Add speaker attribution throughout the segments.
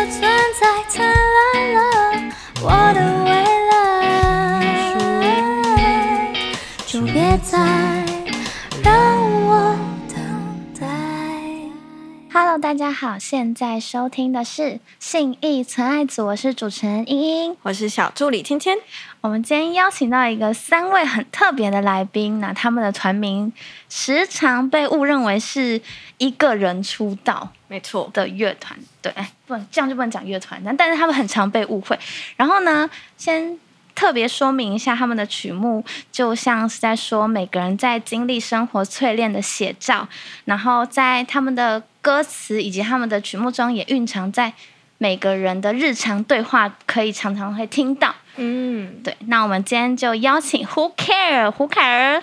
Speaker 1: 再灿烂了，我的未来，就别再让我等待。Hello，大家好，现在收听的是《信义存爱组》，我是主持人英英。
Speaker 2: 我是小助理芊芊，
Speaker 1: 我们今天邀请到一个三位很特别的来宾，那他们的团名时常被误认为是一个人出道。
Speaker 2: 没错，
Speaker 1: 的乐团，对，哎不能这样就不能讲乐团，但但是他们很常被误会。然后呢，先特别说明一下，他们的曲目就像是在说每个人在经历生活淬炼的写照，然后在他们的歌词以及他们的曲目中也蕴藏在每个人的日常对话，可以常常会听到。
Speaker 2: 嗯，
Speaker 1: 对，那我们今天就邀请 Who Care 胡凯儿，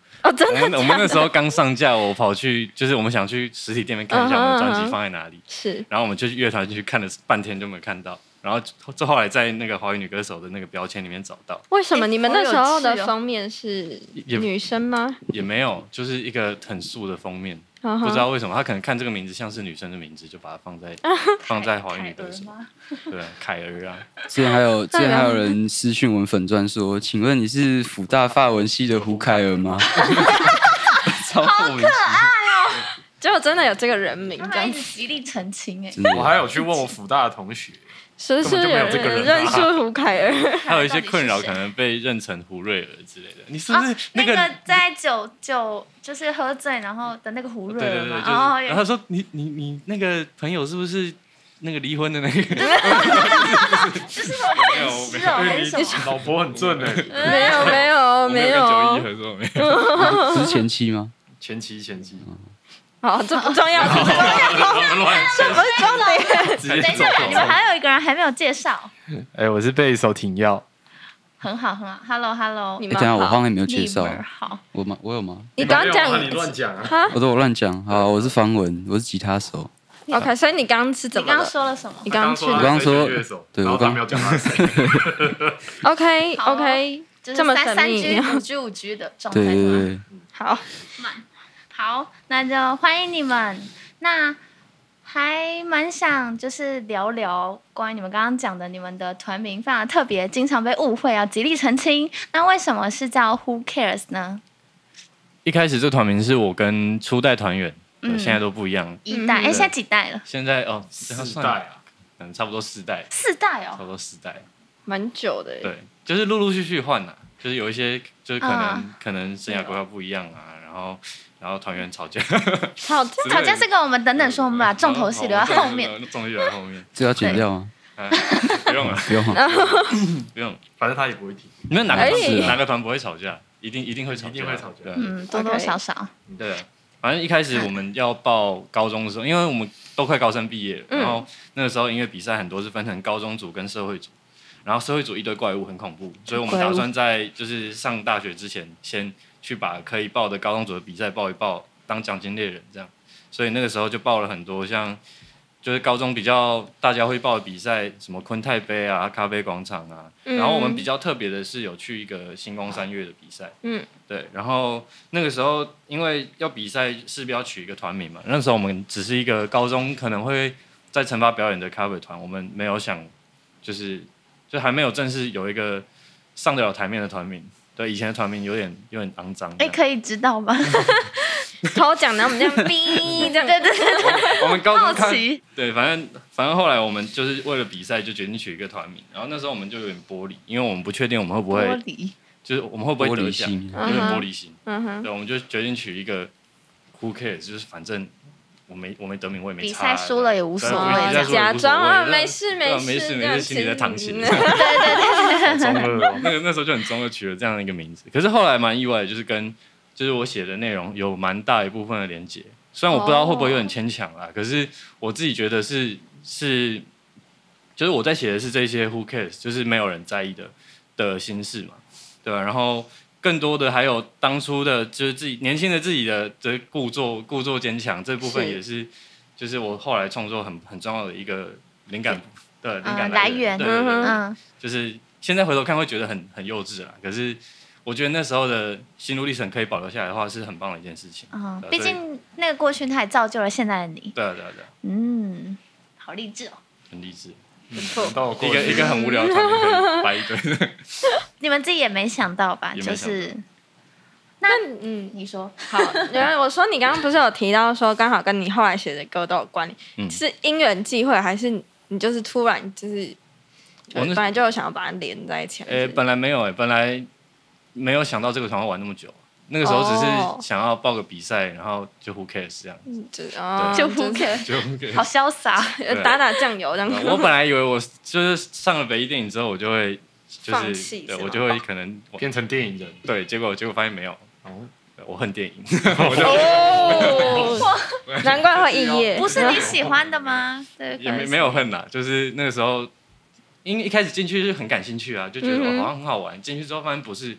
Speaker 2: 哦， 真
Speaker 3: 我
Speaker 2: 的
Speaker 3: 们我们那时候刚上架，我跑去就是我们想去实体店面看一下
Speaker 2: 嗯
Speaker 3: 我们的专辑放在哪里，
Speaker 2: 是
Speaker 3: 然后我们就去乐团去看了半天就没有看到，然后这后来在那个华语女歌手的那个标签里面找到，
Speaker 2: 为什么？
Speaker 1: 哎
Speaker 2: 你们那时候
Speaker 1: 好有趣
Speaker 2: 的
Speaker 1: 哦
Speaker 2: 封面是
Speaker 3: 也
Speaker 2: 女生吗？
Speaker 3: 也没有，就是一个很素的封面，
Speaker 2: 嗯
Speaker 3: 不
Speaker 2: 哼
Speaker 3: 知道为什么他可能看这个名字像是女生的名字，就把它 放在放在华语女歌手，对啊，凯儿啊。
Speaker 4: 之前还有之前还有人私讯我们粉钻说，请问你是辅大法文系的胡凯尔吗？超莫名其妙，
Speaker 2: 结果真的有这个人名，
Speaker 1: 他
Speaker 2: 这
Speaker 1: 们
Speaker 2: 样
Speaker 1: 一
Speaker 2: 子
Speaker 1: 直。极力澄清哎，
Speaker 4: 真的
Speaker 5: 我还有去问我辅大的同 学，
Speaker 2: 是不是
Speaker 5: 根本就没有这个
Speaker 2: 人
Speaker 5: 人啊
Speaker 2: 认识胡凯尔？
Speaker 3: 还有一些困扰，可能被认成胡瑞尔之类的。你是
Speaker 1: 啊
Speaker 3: 不是，
Speaker 1: 那
Speaker 3: 个？
Speaker 1: 个在酒酒就是喝醉然后的那个胡
Speaker 3: 对
Speaker 1: 瑞
Speaker 3: 对
Speaker 1: 尔
Speaker 3: 对，就是。
Speaker 1: 嘛，哦
Speaker 3: 然后他说：“你你你那个朋友是不是那个离婚的那个
Speaker 1: 就是我很湿
Speaker 3: 没有
Speaker 1: 哦，
Speaker 3: 没有
Speaker 1: 还是什么？
Speaker 5: 老婆很正哎、欸，
Speaker 2: 没有没有
Speaker 3: 没
Speaker 2: 没
Speaker 3: 有跟
Speaker 2: 有
Speaker 3: 九，一合作没 有？
Speaker 4: 不是前妻吗？
Speaker 5: 前期前期，
Speaker 2: 好，这不重要，这不重要，
Speaker 3: 乱
Speaker 2: 这不是重点。
Speaker 3: 直接
Speaker 1: 等一下啦，你们还有一个人还没有介绍，
Speaker 5: 哎、我是贝手挺耀，
Speaker 1: 很好很好，Hello Hello，
Speaker 2: 你
Speaker 4: 哎，等一下我好像也没有介绍
Speaker 1: 你，们好，
Speaker 4: 我吗？我有吗？
Speaker 2: 你刚刚
Speaker 5: 你
Speaker 2: 讲
Speaker 5: 乱讲啊，
Speaker 4: 我都我乱讲，好，我是方文，我是吉他手，
Speaker 2: OK，所以你刚刚是怎
Speaker 1: 你
Speaker 2: 么
Speaker 1: 刚
Speaker 2: 了
Speaker 1: 刚？说了什么
Speaker 2: 你？刚刚去
Speaker 4: 我
Speaker 5: 他
Speaker 2: 哪
Speaker 4: 刚
Speaker 5: 是
Speaker 4: 说
Speaker 5: 谁选乐手
Speaker 4: 对
Speaker 5: 然后
Speaker 4: 我刚
Speaker 5: 他没有讲他是谁，
Speaker 2: ？OK
Speaker 1: 好
Speaker 2: OK，
Speaker 1: 就是
Speaker 2: 这么
Speaker 1: 三
Speaker 2: 神
Speaker 1: 三
Speaker 2: 秘
Speaker 1: G 五 G 五 G 的状态
Speaker 4: 对对
Speaker 1: 是吗
Speaker 4: 对，
Speaker 2: 好，
Speaker 1: 好，那就欢迎你们。那还蛮想就是聊聊关于你们刚刚讲的，你们的团名非常特别，经常被误会啊，极力澄清。那为什么是叫 Who Cares 呢？
Speaker 3: 一开始这团名是我跟初代团员，对
Speaker 1: 嗯
Speaker 3: 现在都不一样。
Speaker 1: 一代，哎、
Speaker 2: 对
Speaker 1: 现在几代了？
Speaker 3: 现在哦，这 样
Speaker 5: 四
Speaker 3: 算
Speaker 5: 代，啊，
Speaker 3: 嗯，差不多四代，
Speaker 1: 四代
Speaker 3: 差
Speaker 1: 哦。
Speaker 3: 不多四代。
Speaker 2: 蛮久的耶。
Speaker 3: 对，就是陆陆续续换啦，就是有一些就是可能
Speaker 1: 嗯
Speaker 3: 可能生涯规划不一样啊，然后然后团员吵架。
Speaker 2: 好，这
Speaker 1: 吵架这个我们等等说，我们把重头戏留在后面。，
Speaker 3: 重头戏留在后面。”
Speaker 4: 这要剪掉吗？
Speaker 3: 哎不用了，
Speaker 4: 不用，啊
Speaker 3: 不 用了。
Speaker 5: 反正他也不会听，
Speaker 3: 你们哪个团、
Speaker 4: 哎
Speaker 3: 哪个团不会吵架？一定一定会吵架，
Speaker 5: 一定会吵架
Speaker 3: 对啊
Speaker 1: 嗯，多多少少。
Speaker 3: 对啊，反正一开始我们要报高中的时候，因为我们都快高三毕业了，
Speaker 2: 嗯
Speaker 3: 然后那个时候音乐比赛很多是分成高中组跟社会组，然后社会组一堆怪物很恐怖，所以我们
Speaker 2: 怪物
Speaker 3: 打算在就是上大学之前，先去把可以报的高中组的比赛报一报，当奖金猎人这样。所以那个时候就报了很多像。就是高中比较大家会报的比赛，什么昆泰杯啊、咖啡广场啊，
Speaker 2: 嗯
Speaker 3: 然后我们比较特别的是有去一个星光三月的比赛，
Speaker 2: 嗯，
Speaker 3: 对，然后那个时候因为要比赛，势必要取一个团名嘛。那时候我们只是一个高中可能会在惩罚表演的 cover 团，我们没有想就是就还没有正式有一个上得了台面的团名。对，以前的团名有点有点肮脏。
Speaker 1: 哎、可以知道吗？
Speaker 2: 偷讲，然后我们这样逼，这样
Speaker 1: 对对对，
Speaker 3: 我们高
Speaker 1: 好
Speaker 3: 中看
Speaker 1: 奇。
Speaker 3: 对，反正反正后来我们就是为了比赛就决定取一个团名，然后那时候我们就有点玻璃，因为我们不确定我们会不
Speaker 1: 玻
Speaker 3: 会
Speaker 1: 璃。
Speaker 3: 就是我们会不
Speaker 4: 玻
Speaker 3: 会
Speaker 4: 璃
Speaker 3: 得奖，有
Speaker 4: 心，
Speaker 3: 点玻璃心。
Speaker 2: 嗯哼，
Speaker 3: 对，我们就决定取一个 Who cares，就是反正我没我没得名，我也没
Speaker 1: 比
Speaker 3: 差啊
Speaker 1: 赛输了也无所
Speaker 3: 对
Speaker 1: 谓
Speaker 3: 我们
Speaker 1: 这样
Speaker 3: 比赛输了
Speaker 2: 哦
Speaker 3: 也
Speaker 2: 假
Speaker 3: 无所谓
Speaker 2: 装啊，
Speaker 3: 对
Speaker 2: 没事
Speaker 3: 对啊
Speaker 2: 事
Speaker 3: 没
Speaker 2: 这
Speaker 3: 没
Speaker 2: 样
Speaker 3: 事，心里在淌血。
Speaker 2: 子
Speaker 3: 那
Speaker 5: 中二 哦，
Speaker 3: 个那时候就很中二，取了这样一个名字。可是后来蛮意外的，就是跟就是我写的内容有蛮大一部分的连接。虽然我不知道会不会有点牵强啦，可是我自己觉得是是，就是我在写的是这些 who cares，就是没有人在意的的心事嘛，对吧、然后更多的还有当初的，就是自己年轻的自己的的故作故作坚强这部分
Speaker 2: 是
Speaker 3: 也是，就是我后来创作很很重要的一个灵感对灵
Speaker 1: 嗯
Speaker 3: 感
Speaker 1: 来源
Speaker 3: 源，对对对
Speaker 2: 嗯
Speaker 3: 对
Speaker 2: 哼
Speaker 1: 嗯，
Speaker 3: 就是现在回头看会觉得很很幼稚啦，可是我觉得那时候的心路历程可以保留下来的话，是很棒的一件事情。
Speaker 1: 嗯
Speaker 3: 呃对，
Speaker 1: 毕竟那个过去，它也造就了现在的你。
Speaker 3: 对啊对啊对啊，
Speaker 1: 嗯，好励志哦！
Speaker 3: 很励志，
Speaker 5: 等到我过
Speaker 3: 一个
Speaker 5: 去
Speaker 3: 一个很无聊的场面可以 摆一堆。
Speaker 1: 你们自己也没想到吧？
Speaker 3: 也没
Speaker 1: 就
Speaker 3: 想到
Speaker 1: 是
Speaker 2: 那嗯，
Speaker 1: 你说，
Speaker 2: 好，原来我说你刚刚不是有提到说，刚好跟你后来写的歌都有关联，
Speaker 3: 嗯
Speaker 2: 是因缘际会，还是你就是突然就是，
Speaker 3: 我那
Speaker 2: 本来就有想要把它连在一起？还
Speaker 3: 诶、
Speaker 2: 是
Speaker 3: 呃本来没有诶、欸本来没有想到这个团会玩那么久。那个时候只
Speaker 2: 哦
Speaker 3: 是想要报个比赛，然后就 who cares 这样，
Speaker 2: 就是哦，
Speaker 1: 就
Speaker 2: who
Speaker 1: who
Speaker 2: c a
Speaker 1: care，
Speaker 3: 就 who cares
Speaker 1: 好潇洒。
Speaker 3: 对啊
Speaker 2: 打打酱油这样。
Speaker 3: 我本来以为我就是上了北艺电影之后，我就会就
Speaker 2: 放
Speaker 3: 是
Speaker 2: 弃
Speaker 3: 对
Speaker 2: 是吗
Speaker 3: 我就会可能
Speaker 5: 变成电影 人，
Speaker 3: 对，结果结果发现没有，
Speaker 5: 哦，
Speaker 3: 对我恨电影，
Speaker 2: 哦， 难怪会肄业，
Speaker 1: 不是你喜欢的吗？对，可
Speaker 3: 也没
Speaker 1: 能是
Speaker 3: 没有恨啦，就是那个时候，因为一开始进去是很感兴趣啊，就觉得
Speaker 2: 嗯哼
Speaker 3: 哦好像很好玩。进去之后发现不是，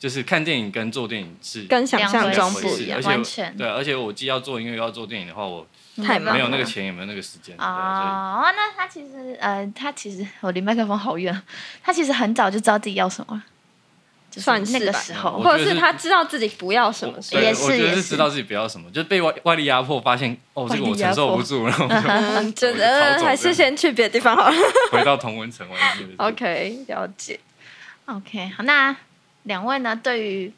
Speaker 3: 就是看电影跟做电影是
Speaker 2: 跟想象
Speaker 3: 两
Speaker 2: 中
Speaker 3: 回
Speaker 2: 不
Speaker 3: 事
Speaker 2: 一样
Speaker 3: 而，且
Speaker 1: 完全
Speaker 3: 对，而且我既要做音乐又要做电影的话，我
Speaker 2: 太
Speaker 1: 嗯
Speaker 2: 忙了
Speaker 3: 没有那个钱，也没有那个时间。对所
Speaker 1: 哦，那他其实呃，他其实我离麦克风好远，他其实很早就知道自己要什么了，就
Speaker 2: 算是
Speaker 1: 那个
Speaker 2: 吧
Speaker 1: 时候
Speaker 3: 我
Speaker 2: 或者是
Speaker 3: 觉得是
Speaker 2: 他知道自己不要什
Speaker 3: 以
Speaker 2: 么
Speaker 3: 我
Speaker 2: 事，
Speaker 3: 对
Speaker 1: 也是
Speaker 3: 我觉
Speaker 1: 也
Speaker 3: 得
Speaker 1: 是
Speaker 3: 知道自己不要什么，就是被外外力压迫，发现哦，这个
Speaker 1: 外
Speaker 3: 我
Speaker 1: 力压
Speaker 3: 承
Speaker 1: 迫
Speaker 3: 受不住，然后我就
Speaker 2: 嗯，真
Speaker 3: 我就逃
Speaker 2: 的
Speaker 3: 走
Speaker 2: 还是先去别的地方好了。
Speaker 3: 回到同温层玩音 乐。
Speaker 2: OK，了解。
Speaker 1: OK，好，那两位呢，对于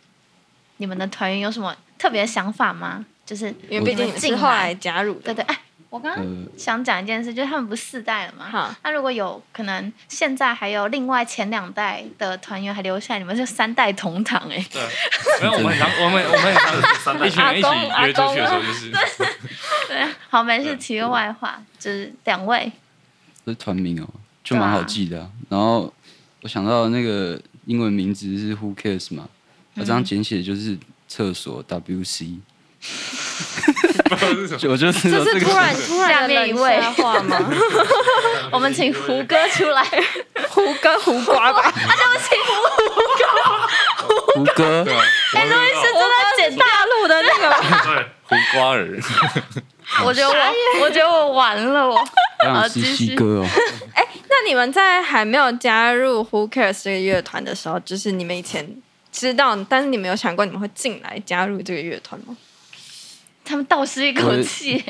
Speaker 1: 你们的团员有什么特别的想法吗？就是
Speaker 2: 因为毕竟你是后来加入
Speaker 1: 对
Speaker 2: 的，
Speaker 1: 对，哎，我刚刚
Speaker 4: 呃，
Speaker 1: 想讲一件事，就是他们不是四代了吗？
Speaker 2: 好，
Speaker 1: 那如果有可能，现在还有另外前两代的团员还留下来，你们是三代同堂哎、
Speaker 3: 对，没有我们很常我们我们很常一群人一起
Speaker 2: 阿公
Speaker 3: 约
Speaker 2: 阿
Speaker 3: 出去的时候
Speaker 2: 公
Speaker 3: 就是。
Speaker 1: 好，没事，题外话，就是两位
Speaker 4: 这团名哦，就
Speaker 1: 对啊
Speaker 4: 蛮好记的啊、然后我想到那个英文名字是 Who Cares 嘛，
Speaker 1: 嗯
Speaker 4: 我这样简写就是厕所 WC。就我就是
Speaker 2: 这
Speaker 4: 说
Speaker 2: 是
Speaker 4: 这
Speaker 2: 突
Speaker 4: 个
Speaker 2: 然突然
Speaker 1: 下面一位
Speaker 2: 话吗？
Speaker 1: 我们请胡歌出来。
Speaker 2: 胡跟胡瓜吧，
Speaker 4: 胡 歌，
Speaker 3: 对啊，
Speaker 1: 哎，路易斯真的剪大，
Speaker 2: 大陆的那 个
Speaker 5: 对，
Speaker 3: 胡瓜儿，
Speaker 1: 我觉得我，我觉得我完了我。
Speaker 4: 让西西哥哦，
Speaker 2: 那你们在还没有加入 Who Cares 这个乐团的时候，就是你们以前知道，但是你们有想过你们会进来加入这个乐团吗？
Speaker 1: 他们倒吸一口气，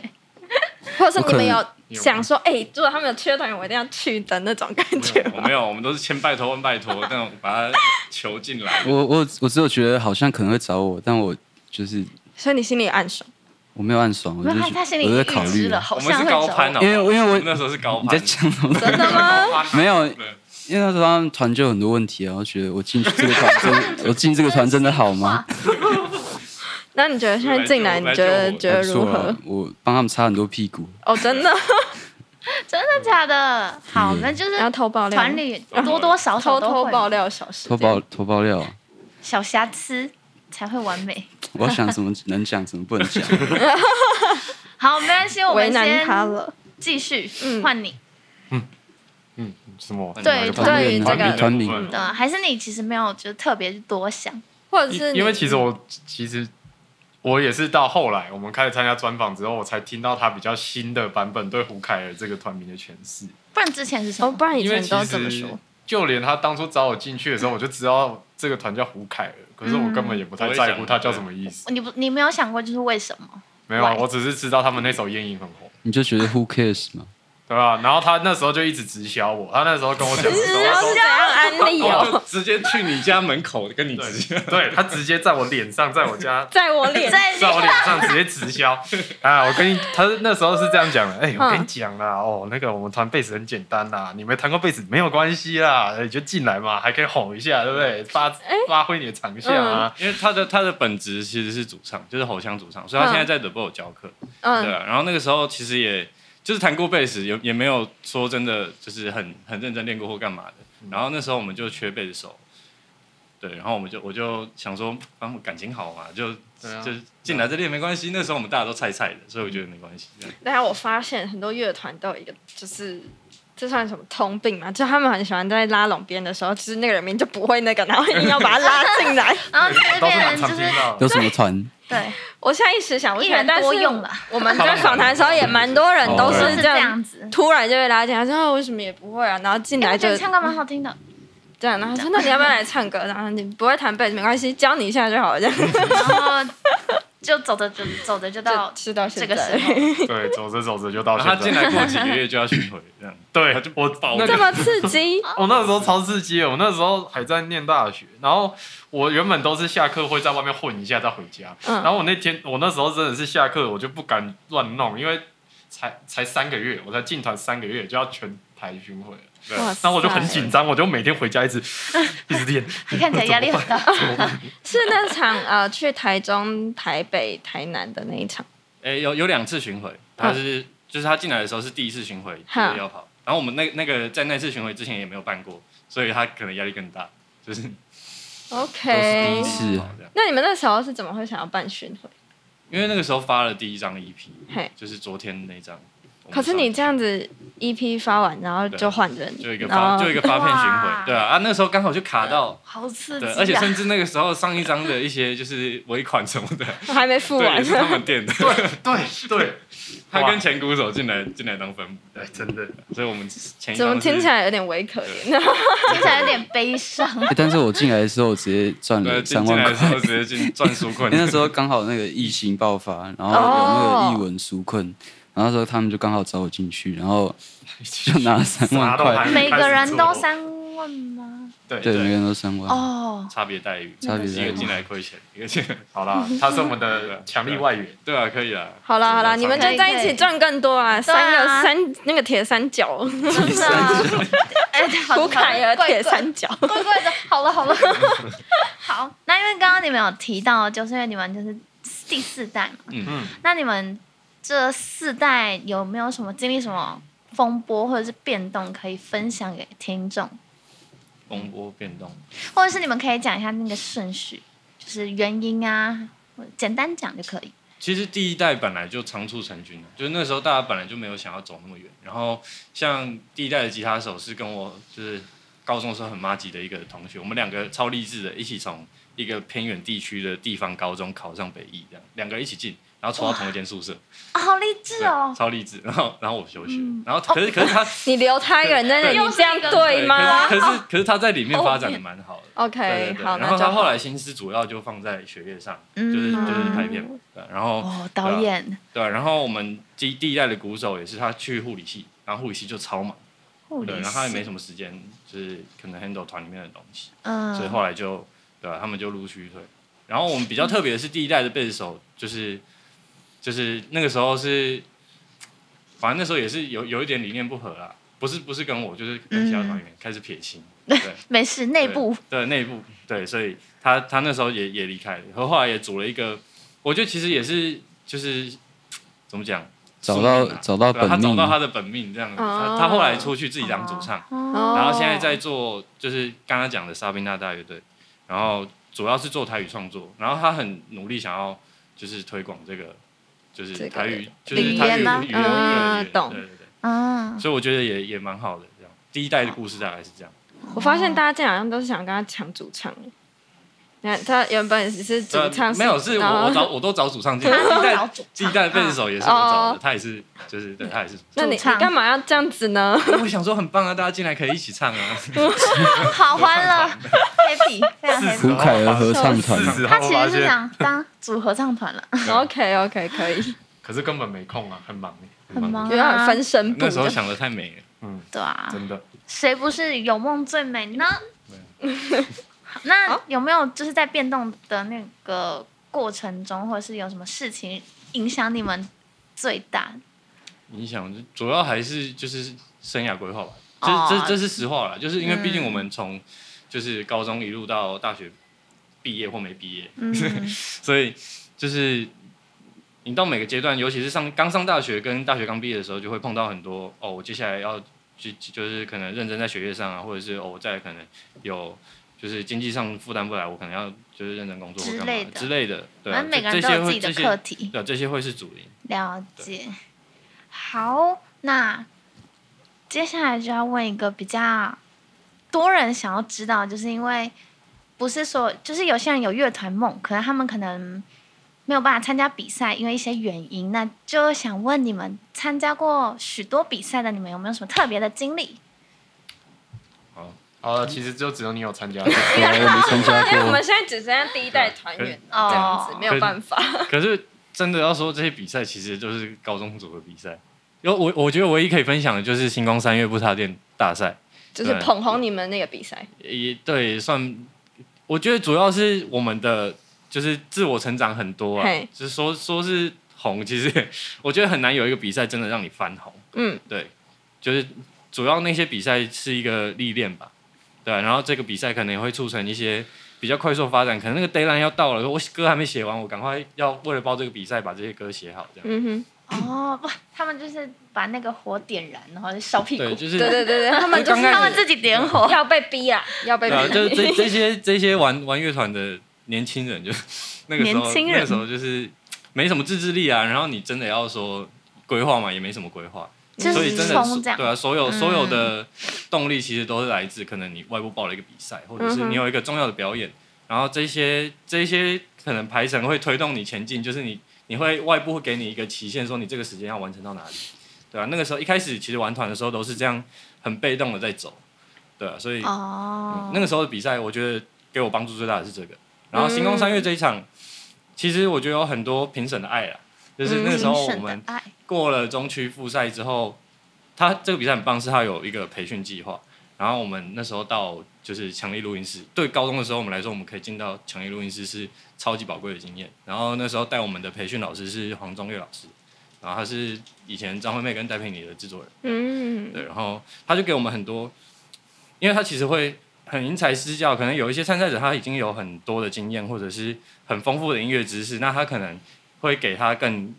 Speaker 2: 或者是你们
Speaker 4: 我
Speaker 2: 有想说，哎、如果他们有缺团员，我一定要去的那种感觉
Speaker 3: 我
Speaker 2: 吗？
Speaker 3: 没有，我们都是千拜托万拜托那种把他求进来。
Speaker 4: 我我我只有觉得好像可能会找我，但我就是
Speaker 2: 所以你心里有暗爽，
Speaker 4: 我没有暗爽，我
Speaker 1: 没
Speaker 4: 就
Speaker 1: 有
Speaker 4: 是
Speaker 1: 他他心里
Speaker 4: 我
Speaker 1: 预
Speaker 4: 在考虑
Speaker 1: 知了，，好
Speaker 3: 我们
Speaker 1: 像
Speaker 3: 是
Speaker 1: 会
Speaker 3: 高
Speaker 1: 走。
Speaker 3: 攀哦，
Speaker 4: 因为因为我
Speaker 3: 我们那时候是高
Speaker 4: 你
Speaker 3: 攀
Speaker 4: 在，讲什么？
Speaker 2: 真的吗？
Speaker 1: 啊
Speaker 4: 没有，
Speaker 3: 对
Speaker 4: 因为那时候他们团就有很多问题啊，我觉得我进这个团 真，我进这个团真的好吗？
Speaker 2: 那你觉得现在进来，你觉得觉得
Speaker 4: 还不
Speaker 2: 如
Speaker 4: 错
Speaker 2: 何
Speaker 4: 啊？，我帮他们擦很多屁股，
Speaker 2: 哦，真的
Speaker 1: 真的假的？好，我们就是
Speaker 2: 然后偷爆料，
Speaker 1: 团里多多少少
Speaker 2: 偷
Speaker 1: 都
Speaker 2: 偷
Speaker 1: 会
Speaker 2: 爆料小事，
Speaker 4: 偷爆偷爆料啊，
Speaker 1: 小瑕疵才会完美。
Speaker 4: 我要想什么能讲，什么不能讲。
Speaker 1: 好，没关系，我
Speaker 2: 为
Speaker 1: 们
Speaker 2: 难他
Speaker 1: 先
Speaker 2: 了。
Speaker 1: 继续
Speaker 2: 嗯，
Speaker 1: 换你。
Speaker 5: 嗯，什么？
Speaker 1: 对
Speaker 4: 团
Speaker 1: 对于
Speaker 4: 名
Speaker 1: 这
Speaker 4: 啊，
Speaker 1: 个
Speaker 4: 团名啊，
Speaker 5: 嗯
Speaker 1: 对，呃还是你其实没有就特别多想。
Speaker 2: 或者是
Speaker 5: 因
Speaker 2: 你
Speaker 5: 因为其实我其实我也是到后来我们开始参加专访之后，我才听到他比较新的版本对胡凯尔这个团名的诠释。
Speaker 1: 不然之前是什
Speaker 2: 哦，
Speaker 1: 么？
Speaker 2: 不然以
Speaker 5: 因为
Speaker 2: 前
Speaker 5: 其
Speaker 2: 都怎么
Speaker 5: 实
Speaker 2: 说？
Speaker 5: 就连他当初找我进去的时候，我就知道这个团叫胡凯尔，可是我根本也不太在乎他叫什么意
Speaker 2: 哦
Speaker 5: 思。
Speaker 1: 你不，你没有想过就是为什么？
Speaker 5: 没有啊，我只是知道他们那首《夜莺》很红。
Speaker 4: 你就觉得 Who cares 嘛？
Speaker 5: 对吧？然后他那时候就一直直销我，他那时候跟我讲的时候，他
Speaker 2: 是
Speaker 5: 说
Speaker 2: 怎样安利
Speaker 3: 我就
Speaker 2: 哦？
Speaker 3: 直接去你家门口跟你直接
Speaker 5: 对，对他直接在我脸上，在我家
Speaker 2: 在我脸，
Speaker 1: 在
Speaker 5: 在我脸上直接直 销啊！我跟你，他那时候是这样讲的，哎、我
Speaker 3: 嗯
Speaker 5: 跟你讲啦，哦，那个我们弹贝斯很简单啦，你没弹过贝斯没有关系啦，哎你就进来嘛，还可以吼一下，对不对？发
Speaker 3: 哎
Speaker 5: 发挥你的长项啊。
Speaker 3: 因为他的他的本职其实是主唱，就是吼腔主唱，所以
Speaker 1: 嗯
Speaker 3: 他现在在 The b o 教课，对
Speaker 2: 嗯，
Speaker 3: 啊。然后那个时候其实也就是弹过贝斯，也也没有说真的就是很很认真练过或干嘛的。
Speaker 4: 嗯
Speaker 3: 然后那时候我们就缺贝斯手，对，然后我们就我就想说，反正我感情好嘛，就
Speaker 5: 对啊
Speaker 3: 就进来这练没关系。那时候我们大家都菜菜的，所以我觉得没关系。这样
Speaker 2: 但我发现很多乐团都有一个就是这算什么通病嘛？就他们很喜欢在拉拢别人的时候，就是那个人名就不会那个，然后硬要把他拉进来。
Speaker 1: 然后就会
Speaker 5: 啊都是
Speaker 1: 变
Speaker 5: 蛮
Speaker 1: 成就
Speaker 5: 常听
Speaker 1: 是
Speaker 5: 到的。
Speaker 4: 有什么团？
Speaker 1: 对，
Speaker 2: 我现在一时想不起
Speaker 1: 一
Speaker 2: 来，
Speaker 1: 人
Speaker 2: 但是
Speaker 1: 多用了哦
Speaker 2: 我们在访谈的时候也蛮多人都
Speaker 1: 都
Speaker 2: 是
Speaker 1: 是
Speaker 2: 这
Speaker 1: 这
Speaker 2: 样
Speaker 1: 样，子。
Speaker 2: 突然就被拉进来，说啊为什么也不会啊，然后进
Speaker 1: 哎
Speaker 2: 来
Speaker 1: 我觉
Speaker 2: 就
Speaker 1: 得你唱歌蛮好听 的，
Speaker 2: 这样，然后说那你要不要来唱歌？然后你不会弹贝斯没关系，教你一下就好了，这样
Speaker 1: 然后就走着就走着就到
Speaker 2: 就吃到现
Speaker 1: 这
Speaker 2: 在
Speaker 1: 个时候，
Speaker 5: 对，走着走着就到
Speaker 3: 然啊后他
Speaker 5: 现
Speaker 3: 进
Speaker 5: 在。
Speaker 3: 来过几个月就要巡回，这样
Speaker 5: 对
Speaker 3: 他就，
Speaker 5: 我
Speaker 3: 爆
Speaker 5: 那
Speaker 3: 掉
Speaker 2: 这么刺激，
Speaker 5: 我那时候超刺激的，我那时候还在念大学，然后我原本都是下课会在外面混一下再回家，
Speaker 2: 嗯
Speaker 5: 然后我那天我那时候真的是下课我就不敢乱弄，因为才才三个月，我才进团三个月就要全台巡回了，
Speaker 3: 对
Speaker 2: 哇塞
Speaker 5: 然后我就很紧张，我就每天回 家一直一直练，
Speaker 1: 你看起来压力很 大。
Speaker 2: 是那场呃去台中、台北、台南的那一场，
Speaker 3: 哎、有有两次巡回，他是、就是他进来的时候是第一次巡回
Speaker 2: 哈
Speaker 3: 就是要跑，然后我们那那个在那次巡回之前也没有办过，所以他可能压力更大，就是
Speaker 2: 嗯
Speaker 3: 都是第
Speaker 2: OK
Speaker 3: 一。次
Speaker 4: 是
Speaker 3: 跑这样。
Speaker 2: 那你们那时候是怎么会想要办巡回？
Speaker 3: 因为那个时候发了第一张 EP，
Speaker 2: 嘿
Speaker 3: 就是昨天那张。我们
Speaker 2: 可是你哦这
Speaker 3: 上
Speaker 2: 样子 EP 发完，然后就换人，
Speaker 3: 就一个
Speaker 2: 然
Speaker 3: 发
Speaker 2: 后
Speaker 3: 就一个发片巡
Speaker 1: 哇
Speaker 3: 回，对啊啊，那时候刚好就卡到，
Speaker 1: 好刺
Speaker 2: 呃
Speaker 1: 激、
Speaker 3: 对
Speaker 1: 啊！，
Speaker 3: 而且甚至那个时候上一张的一些就是尾款什么的，
Speaker 2: 还没付
Speaker 3: 对，也
Speaker 2: 完，
Speaker 3: 是他们垫的，
Speaker 5: 对对
Speaker 3: 他跟前鼓手进来进来当分母，
Speaker 5: 对，真的，
Speaker 3: 所以我们前 一
Speaker 2: 怎
Speaker 3: 张
Speaker 2: 么
Speaker 3: 是
Speaker 2: 听起来有点微可怜？
Speaker 1: 听起来有点悲伤。
Speaker 4: 欸但是我进来的时候直接赚
Speaker 3: 对
Speaker 4: 了
Speaker 3: 进
Speaker 4: 三
Speaker 3: 进
Speaker 4: 万
Speaker 3: 来的时
Speaker 4: 块
Speaker 3: 候，直接进赚纾困
Speaker 4: 因为，那时候刚好那个疫情爆发，然后有那个译文纾困，然后那时候他们就刚好找我进去，然后就拿了三万
Speaker 5: 啥
Speaker 4: 块
Speaker 5: 都，
Speaker 1: 每个人都三万吗？
Speaker 5: 对
Speaker 4: 对，每个人都三万。
Speaker 1: 哦，
Speaker 3: 差别待遇，
Speaker 4: 差别待遇
Speaker 3: 一个进来亏钱，一个进来，
Speaker 5: 好啦，他是我们的强力外援，
Speaker 3: 对啊，可以啊，
Speaker 2: 好啦好啦，你们就在
Speaker 1: 可
Speaker 2: 一
Speaker 1: 以可
Speaker 2: 起
Speaker 1: 以
Speaker 2: 赚更多啊！
Speaker 1: 对
Speaker 2: 三
Speaker 1: 啊
Speaker 2: 个三那个铁三角，
Speaker 1: 真的 啊。哎，好
Speaker 2: 胡凯尔铁三角，
Speaker 1: 贵贵的，好了好 了，好。那因为刚刚你们有提到，就是因为你们就是第四代嘛，
Speaker 5: 嗯，
Speaker 1: 那你们这四代有没有什么经历什么风波或者是变动可以分享给听众，
Speaker 3: 风波变动，
Speaker 1: 或者是你们可以讲一下那个顺序，就是原因啊，或者简单讲就可以。
Speaker 3: 其实第一代本来就长处成军，就是那时候大家本来就没有想要走那么远。然后像第一代的吉他手是跟我就是高中的时候很妈吉的一个同学，我们两个超励志的，一起从一个偏远地区的地方高中考上北艺，这样两个人一起进，然后抽到同一间宿舍，
Speaker 1: 啊，好励志
Speaker 3: 对
Speaker 1: 哦，
Speaker 3: 超励志。然后然后我休学，
Speaker 1: 嗯
Speaker 3: 然后可是可是他
Speaker 2: 你留他一个人在那里，
Speaker 1: 对
Speaker 2: 你这样对吗
Speaker 3: 可是可是可是他在里面发展的蛮好的。对
Speaker 2: ？OK，
Speaker 3: 对
Speaker 2: 好，
Speaker 3: 对，
Speaker 2: 那
Speaker 3: 然后
Speaker 2: 就
Speaker 3: 他后
Speaker 2: 好
Speaker 3: 来心思主要就放在学业上，
Speaker 1: 嗯
Speaker 3: 就是就是拍片嘛，对，然后
Speaker 1: 哦，导演
Speaker 3: 对，啊然后我们第第一代的鼓手也是他去护理系，然后护理系就超忙，
Speaker 1: 护理
Speaker 3: 对，
Speaker 1: 系，
Speaker 3: 然后他也没什么时间，就是可能 handle 团里面的东西，
Speaker 1: 嗯，
Speaker 3: 所以后来就对、啊他们就陆续退。然后我们比较特别的是第一代的贝斯手，就是就是那个时候是，反正那时候也是有有一点理念不合啦，不是不是跟我，就是跟其他团员开始撇清，对。
Speaker 1: 没事，内部
Speaker 3: 对内部对，所以他他那时候也也离开了，然后后来也组了一个，我觉得其实也是就是怎么讲，
Speaker 4: 找到
Speaker 3: 宿命啊
Speaker 4: 找到
Speaker 3: 对啊他
Speaker 4: 本
Speaker 3: 找
Speaker 4: 命
Speaker 3: 到他的本命这样子，
Speaker 2: 哦
Speaker 3: 他他后来出去自己当主唱，
Speaker 1: 哦
Speaker 2: 哦
Speaker 3: 然后现在在做就是刚刚讲的莎宾娜大乐队，然后主要是做台语创作，然后他很努力想要就是推广这个就是
Speaker 2: 这个
Speaker 3: 台语就是
Speaker 1: 语
Speaker 3: 台
Speaker 1: 言
Speaker 3: 语
Speaker 1: 吗
Speaker 3: 语言
Speaker 2: 嗯
Speaker 3: 对对
Speaker 2: 懂
Speaker 3: 对对对，
Speaker 1: 嗯，
Speaker 3: 所以我觉得也也蛮好的这样，第一代的故事大概是这样。
Speaker 2: 我发现大家这两样都是想跟他抢主唱。你看他原本只是主嗯唱，
Speaker 3: 呃没有，是
Speaker 2: 然后
Speaker 3: 我我 找我都找主唱进，
Speaker 1: 他
Speaker 3: 第一
Speaker 1: 是
Speaker 3: 代
Speaker 1: 老主
Speaker 3: 第一
Speaker 1: 唱
Speaker 3: 代贝斯手也是我找
Speaker 2: 哦
Speaker 3: 的，他也是就是对他也是，
Speaker 2: 那你
Speaker 1: 主唱
Speaker 2: 你干嘛要这样子呢？
Speaker 3: 因为我想说很棒啊，大家进来可以一起 唱啊，
Speaker 1: 好欢乐哦，happy，非常 happy。
Speaker 4: 胡凯儿合唱团
Speaker 5: 是时
Speaker 1: 他
Speaker 5: 候
Speaker 1: 其
Speaker 5: 发
Speaker 1: 实是
Speaker 5: 现，
Speaker 1: 想当组合唱团了，
Speaker 3: 啊
Speaker 2: OK OK 可以，
Speaker 1: 啊
Speaker 5: 可是根本没空啊，很忙耶，
Speaker 1: 很忙
Speaker 2: 有点
Speaker 1: 啊，
Speaker 2: 分身部
Speaker 3: 那时候
Speaker 2: 的。
Speaker 3: 想的太美了，
Speaker 5: 嗯，
Speaker 1: 对啊，
Speaker 5: 真的。
Speaker 1: 谁不是有梦最美呢？好那有没有就是在变动的那个过程中，或者是有什么事情影响你们最大？
Speaker 3: 你想主要还是就是生涯规划吧，
Speaker 1: 哦
Speaker 3: 这这这是实话啦，就是因为毕
Speaker 1: 嗯
Speaker 3: 竟我们从就是高中一路到大学毕业或没毕业，
Speaker 1: 嗯，
Speaker 3: 所以就是你到每个阶段，尤其是上刚上大学跟大学刚毕业的时候，就会碰到很多哦，我接下来要就就是可能认真在学业上啊，或者是哦，我再可能有就是经济上负担不来，我可能要就是认真工作或干
Speaker 1: 之类
Speaker 3: 嘛
Speaker 1: 的
Speaker 3: 之类的， 对、
Speaker 1: 反
Speaker 3: 啊
Speaker 1: 正，每个
Speaker 3: 这
Speaker 1: 人都
Speaker 3: 这些
Speaker 1: 有自
Speaker 3: 会
Speaker 1: 己的
Speaker 3: 这
Speaker 1: 课
Speaker 3: 些
Speaker 1: 题，
Speaker 3: 对这些会是主力。
Speaker 1: 了解。好，那接下来就要问一个比较多人想要知道，就是因为不是说，就是有些人有乐团梦，可能他们可能没有办法参加比赛，因为一些原因。那就想问你们，参加过许多比赛的你们有没有什么特别的经历？
Speaker 5: 好了，其实就只有你有参 加，
Speaker 4: 对啊，我没参
Speaker 2: 因
Speaker 4: 加
Speaker 2: 为我
Speaker 4: 过
Speaker 2: 们。现在只剩下第一代团员
Speaker 1: 哦
Speaker 2: 这样子，没有办法。
Speaker 3: 可是真的要说这些比赛，其实就是高中组的比赛。因为我我觉得唯一可以分享的就是星光三月布踏店大赛，
Speaker 2: 就是捧红你们那个比赛，
Speaker 3: 也对，也算我觉得主要是我们的就是自我成长很多啊
Speaker 2: 嘿，
Speaker 3: 就是说说是红，其实 我觉得很难有一个比赛真的让你翻红。
Speaker 2: 嗯，
Speaker 3: 对，就是主要那些比赛是一个历练吧，对啊、然后这个比赛可能也会促成一些比较快速的发展，可能那个 deadline 要到了，我歌还没写完，我赶快要为了报这个比赛把这些歌写好，这样。
Speaker 2: 嗯哼，
Speaker 1: 哦，不，他们就是把那个火点燃，然后就烧屁
Speaker 3: 对，
Speaker 1: 股，
Speaker 3: 就是
Speaker 2: 对对对对，他们就
Speaker 1: 就是是他们自己点火。
Speaker 2: 要被逼啊，要被
Speaker 3: 对啊，就是
Speaker 2: 逼。
Speaker 3: 这这些这些玩玩乐团的年轻人就， 那个时候
Speaker 1: 年轻人
Speaker 3: 那个时候就是没什么自制力啊，然后你真的要说规划嘛，也没什么规划，
Speaker 1: 就是
Speaker 3: 所以真的
Speaker 1: 冲这样嗯
Speaker 3: 对啊，所有所有的动力其实都是来自可能你外部报了一个比赛，或者
Speaker 2: 嗯
Speaker 3: 是
Speaker 2: 哼
Speaker 3: 你有一个重要的表演，然后这些这些可能排程会推动你前进，就是你你会外部会给你一个期限，说你这个时间要完成到哪里，对啊，那个时候一开始其实玩团的时候都是这样很被动的在走，对啊，所以
Speaker 1: 哦，
Speaker 3: 那个时候的比赛，我觉得给我帮助最大的是这个。然后星光三月这一场，其实我觉得有很多评审的爱啦，就是那个时候我
Speaker 1: 神嗯的
Speaker 3: 们
Speaker 1: 爱，
Speaker 3: 过了中区复赛之后，他这个比赛很棒，是他有一个培训计划。然后我们那时候到就是强力录音室，对高中的时候我们来说，我们可以进到强力录音室是超级宝贵的经验。然后那时候带我们的培训老师是黄宗岳老师，然后他是以前张惠妹跟戴佩妮的制作人。
Speaker 2: 嗯，
Speaker 3: 对，然后他就给我们很多，因为他其实会很因材施教，可能有一些参赛者他已经有很多的经验，或者是很丰富的音乐知识，那他可能会给他更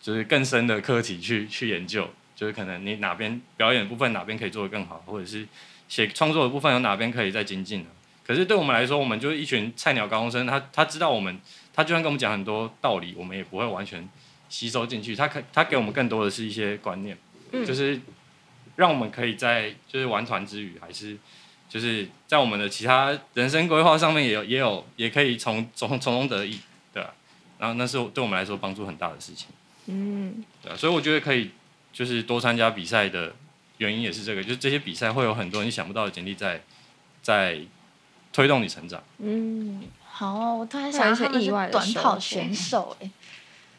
Speaker 3: 就是更深的课题去去研究，就是可能你哪边表演的部分哪边可以做得更好，或者是写创作的部分有哪边可以再精进的。可是对我们来说，我们就是一群菜鸟高中生，他他知道我们，他就算跟我们讲很多道理，我们也不会完全吸收进去。他可他给我们更多的是一些观念，
Speaker 2: 嗯
Speaker 3: 就是让我们可以在就是玩团之余，还是就是在我们的其他人生规划上面也有也有也可以从从从中得益，对吧、然后那是对我们来说帮助很大的事情，
Speaker 2: 嗯，
Speaker 3: 对、啊、所以我觉得可以就是多参加比赛的原因也是这个，就是这些比赛会有很多你想不到的经历在在推动你成长。
Speaker 2: 嗯，
Speaker 1: 好哦，我突然想到他们是短跑 选手、哎，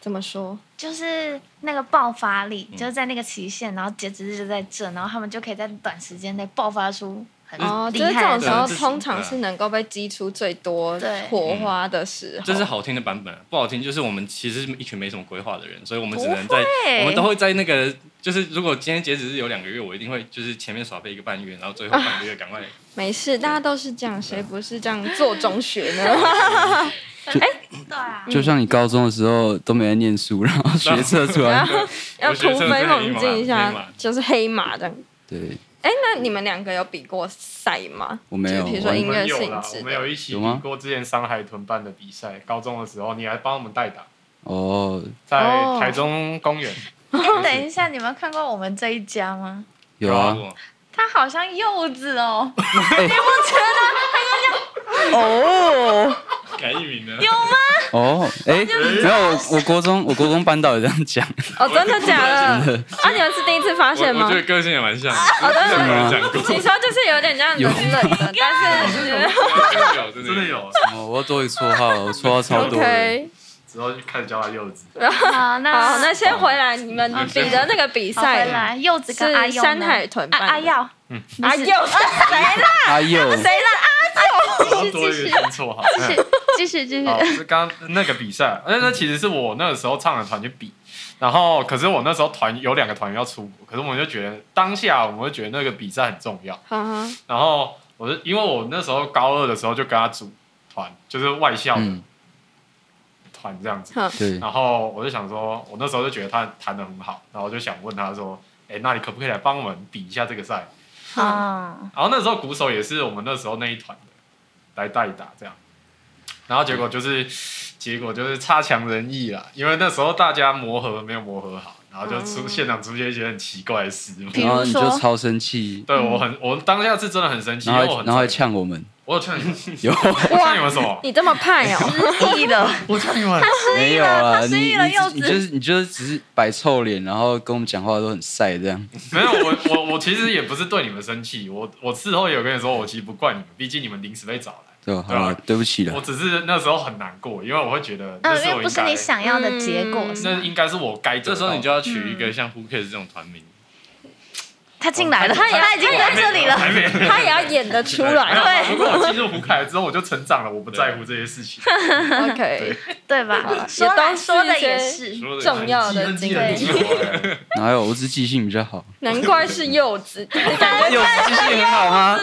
Speaker 2: 怎么说？
Speaker 1: 就是那个爆发力，
Speaker 3: 嗯
Speaker 1: 就是在那个期限，然后截止日就在这，然后他们就可以在短时间内爆发出很
Speaker 2: 哦，就
Speaker 1: 厉
Speaker 2: 是这
Speaker 1: 害
Speaker 2: 种
Speaker 1: 的
Speaker 2: 时候
Speaker 3: 对这啊是
Speaker 2: 通常是能够被激出最多
Speaker 1: 对
Speaker 2: 火花的时候。
Speaker 3: 这是好听的版本，啊不好听就是我们其实是一群没什么规划的人，所以我们只
Speaker 1: 不
Speaker 3: 能在
Speaker 1: 会
Speaker 3: 我们都会在那个就是如果今天截止日有两个月，我一定会就是前面耍废一个半月，然后最后半个月赶快。
Speaker 2: 没事，大家都是这样，谁不是这样做中学呢？
Speaker 1: 对啊，
Speaker 4: 就像你高中的时候都没在念书，然后学测出来，
Speaker 2: 要
Speaker 3: 我觉得
Speaker 2: 突
Speaker 3: 真的
Speaker 2: 飞
Speaker 3: 是黑
Speaker 2: 猛
Speaker 3: 马
Speaker 2: 进一
Speaker 3: 黑马
Speaker 2: 下，就是黑马这样。
Speaker 4: 对，
Speaker 2: 哎，那你们两个有比过赛吗？
Speaker 4: 我没有
Speaker 2: 就是比如说
Speaker 4: 我
Speaker 2: 音
Speaker 5: 我们
Speaker 2: 乐
Speaker 5: 有
Speaker 2: 性
Speaker 5: 啦，
Speaker 2: 质
Speaker 5: 我们
Speaker 2: 的，
Speaker 5: 有一起
Speaker 4: 有吗
Speaker 5: 比过之前上海豚办的比赛，高中的时候你还帮我们代打，
Speaker 4: 哦，
Speaker 5: 在
Speaker 2: 哦
Speaker 5: 台中公园。
Speaker 1: 哎等一下，你们看过我们这一家吗？
Speaker 4: 有啊，
Speaker 1: 他好像柚子 哦，
Speaker 3: 改一名啊 呢？
Speaker 1: 啊
Speaker 4: 哦，哎，没有，我我国中我国中班导也这样讲，
Speaker 2: 哦，真的假 的？啊，你们是第一次发现
Speaker 3: 我
Speaker 2: 吗
Speaker 3: 觉？得个性也蛮像的，
Speaker 2: 哦，真的
Speaker 4: 是
Speaker 2: 吗。
Speaker 4: 吗
Speaker 3: 讲过，
Speaker 2: 你说就是有点这样冷冷的，但是
Speaker 1: 啊
Speaker 3: 真的有，真
Speaker 5: 真
Speaker 3: 的
Speaker 5: 的
Speaker 3: 有。
Speaker 5: 有，
Speaker 4: 哦我要多一个绰号，我绰号超多的。
Speaker 2: OK。
Speaker 5: 之后就开始叫他 柚子。
Speaker 1: 好，
Speaker 2: 好，
Speaker 1: 那
Speaker 2: 那先回来，你们比的那个比
Speaker 1: 好回
Speaker 2: 赛
Speaker 1: 来，柚子跟阿
Speaker 2: 是
Speaker 1: 柚呢
Speaker 2: 山海豚
Speaker 1: 啊
Speaker 2: 办的
Speaker 1: 阿耀，
Speaker 2: 啊，又
Speaker 4: 阿佑，
Speaker 1: 啊
Speaker 5: 然后多一个新绰号。嗯
Speaker 1: 继续继续，
Speaker 5: 好，是刚刚那个比赛，哎那那其实是我那个时候唱的团去比，然后可是我那时候团有两个团员要出国，可是我们就觉得当下我们会觉得那个比赛很重要，
Speaker 2: 哈哈，
Speaker 5: 然后我就因为我那时候高二的时候就跟他组团，就是外校的
Speaker 4: 嗯，
Speaker 5: 团这样子，
Speaker 2: 哼
Speaker 4: 对，
Speaker 5: 然后我就想说，我那时候就觉得他弹的很好，然后我就想问他说，哎，那你可不可以来帮我们比一下这个赛？
Speaker 2: 哼
Speaker 1: 嗯，
Speaker 5: 然后那时候鼓手也是我们那时候那一团的来代打这样，然后结果就是结果就是差强人意啦，因为那时候大家磨合没有磨合好，然然后就出现场出现一些很奇怪的事。
Speaker 1: 比
Speaker 4: 然后
Speaker 1: 如
Speaker 4: 你就
Speaker 1: 说，
Speaker 4: 超生气，
Speaker 5: 对我很，我当下是真的很生气，
Speaker 4: 然后
Speaker 5: 因为我
Speaker 4: 还
Speaker 5: 很
Speaker 4: 然后还
Speaker 5: 在意
Speaker 4: 呛 我们，
Speaker 5: 我 有劝你们，
Speaker 4: 有啊
Speaker 5: 我劝你们什么？
Speaker 2: 你这么派哦，
Speaker 1: 失忆了，
Speaker 5: 我劝你们，
Speaker 4: 没有啊？
Speaker 1: 他失
Speaker 4: 你
Speaker 1: 忆了柚子
Speaker 4: 你你就是你就是只是摆臭脸，然后跟我们讲话都很晒这样。
Speaker 5: 没有，我我我其实也不是对你们生气，我我事后也有跟你说，我其实不怪你们，毕竟你们临时被找来，
Speaker 4: 对吧？好
Speaker 5: 对啊
Speaker 4: 了，对不起
Speaker 5: 我
Speaker 4: 了。
Speaker 5: 只是那时候很难过，因为我会觉得那
Speaker 1: 嗯，
Speaker 5: 是
Speaker 1: 因
Speaker 5: 我
Speaker 1: 为不
Speaker 5: 应
Speaker 1: 是
Speaker 5: 该
Speaker 1: 你，想要的结果。
Speaker 2: 嗯
Speaker 1: 是
Speaker 5: 那
Speaker 1: 吗
Speaker 5: 应该是我该得
Speaker 3: 这
Speaker 5: 到的。
Speaker 3: 时候你就要取一
Speaker 1: 嗯
Speaker 3: 个像 Who Cares 这种团名，
Speaker 1: 他进
Speaker 2: 哦
Speaker 1: 来了，他他已经在这里了。
Speaker 5: 还没。
Speaker 2: 他也要演得出来。
Speaker 5: 对，如果我进入胡凯之后，我就成长了，我不在乎这些 事情。
Speaker 2: OK，
Speaker 1: 对 吧？说
Speaker 2: 也都
Speaker 1: 来
Speaker 2: 是
Speaker 1: 说的
Speaker 2: 一些
Speaker 1: 也是，
Speaker 3: 说
Speaker 2: 重
Speaker 3: 的
Speaker 2: 要的经
Speaker 1: 对
Speaker 2: 历，
Speaker 4: 哪有？我只是记性比较好。
Speaker 2: 难怪是柚子， 柚
Speaker 4: 柚子记性很好
Speaker 5: 啊
Speaker 4: 吗？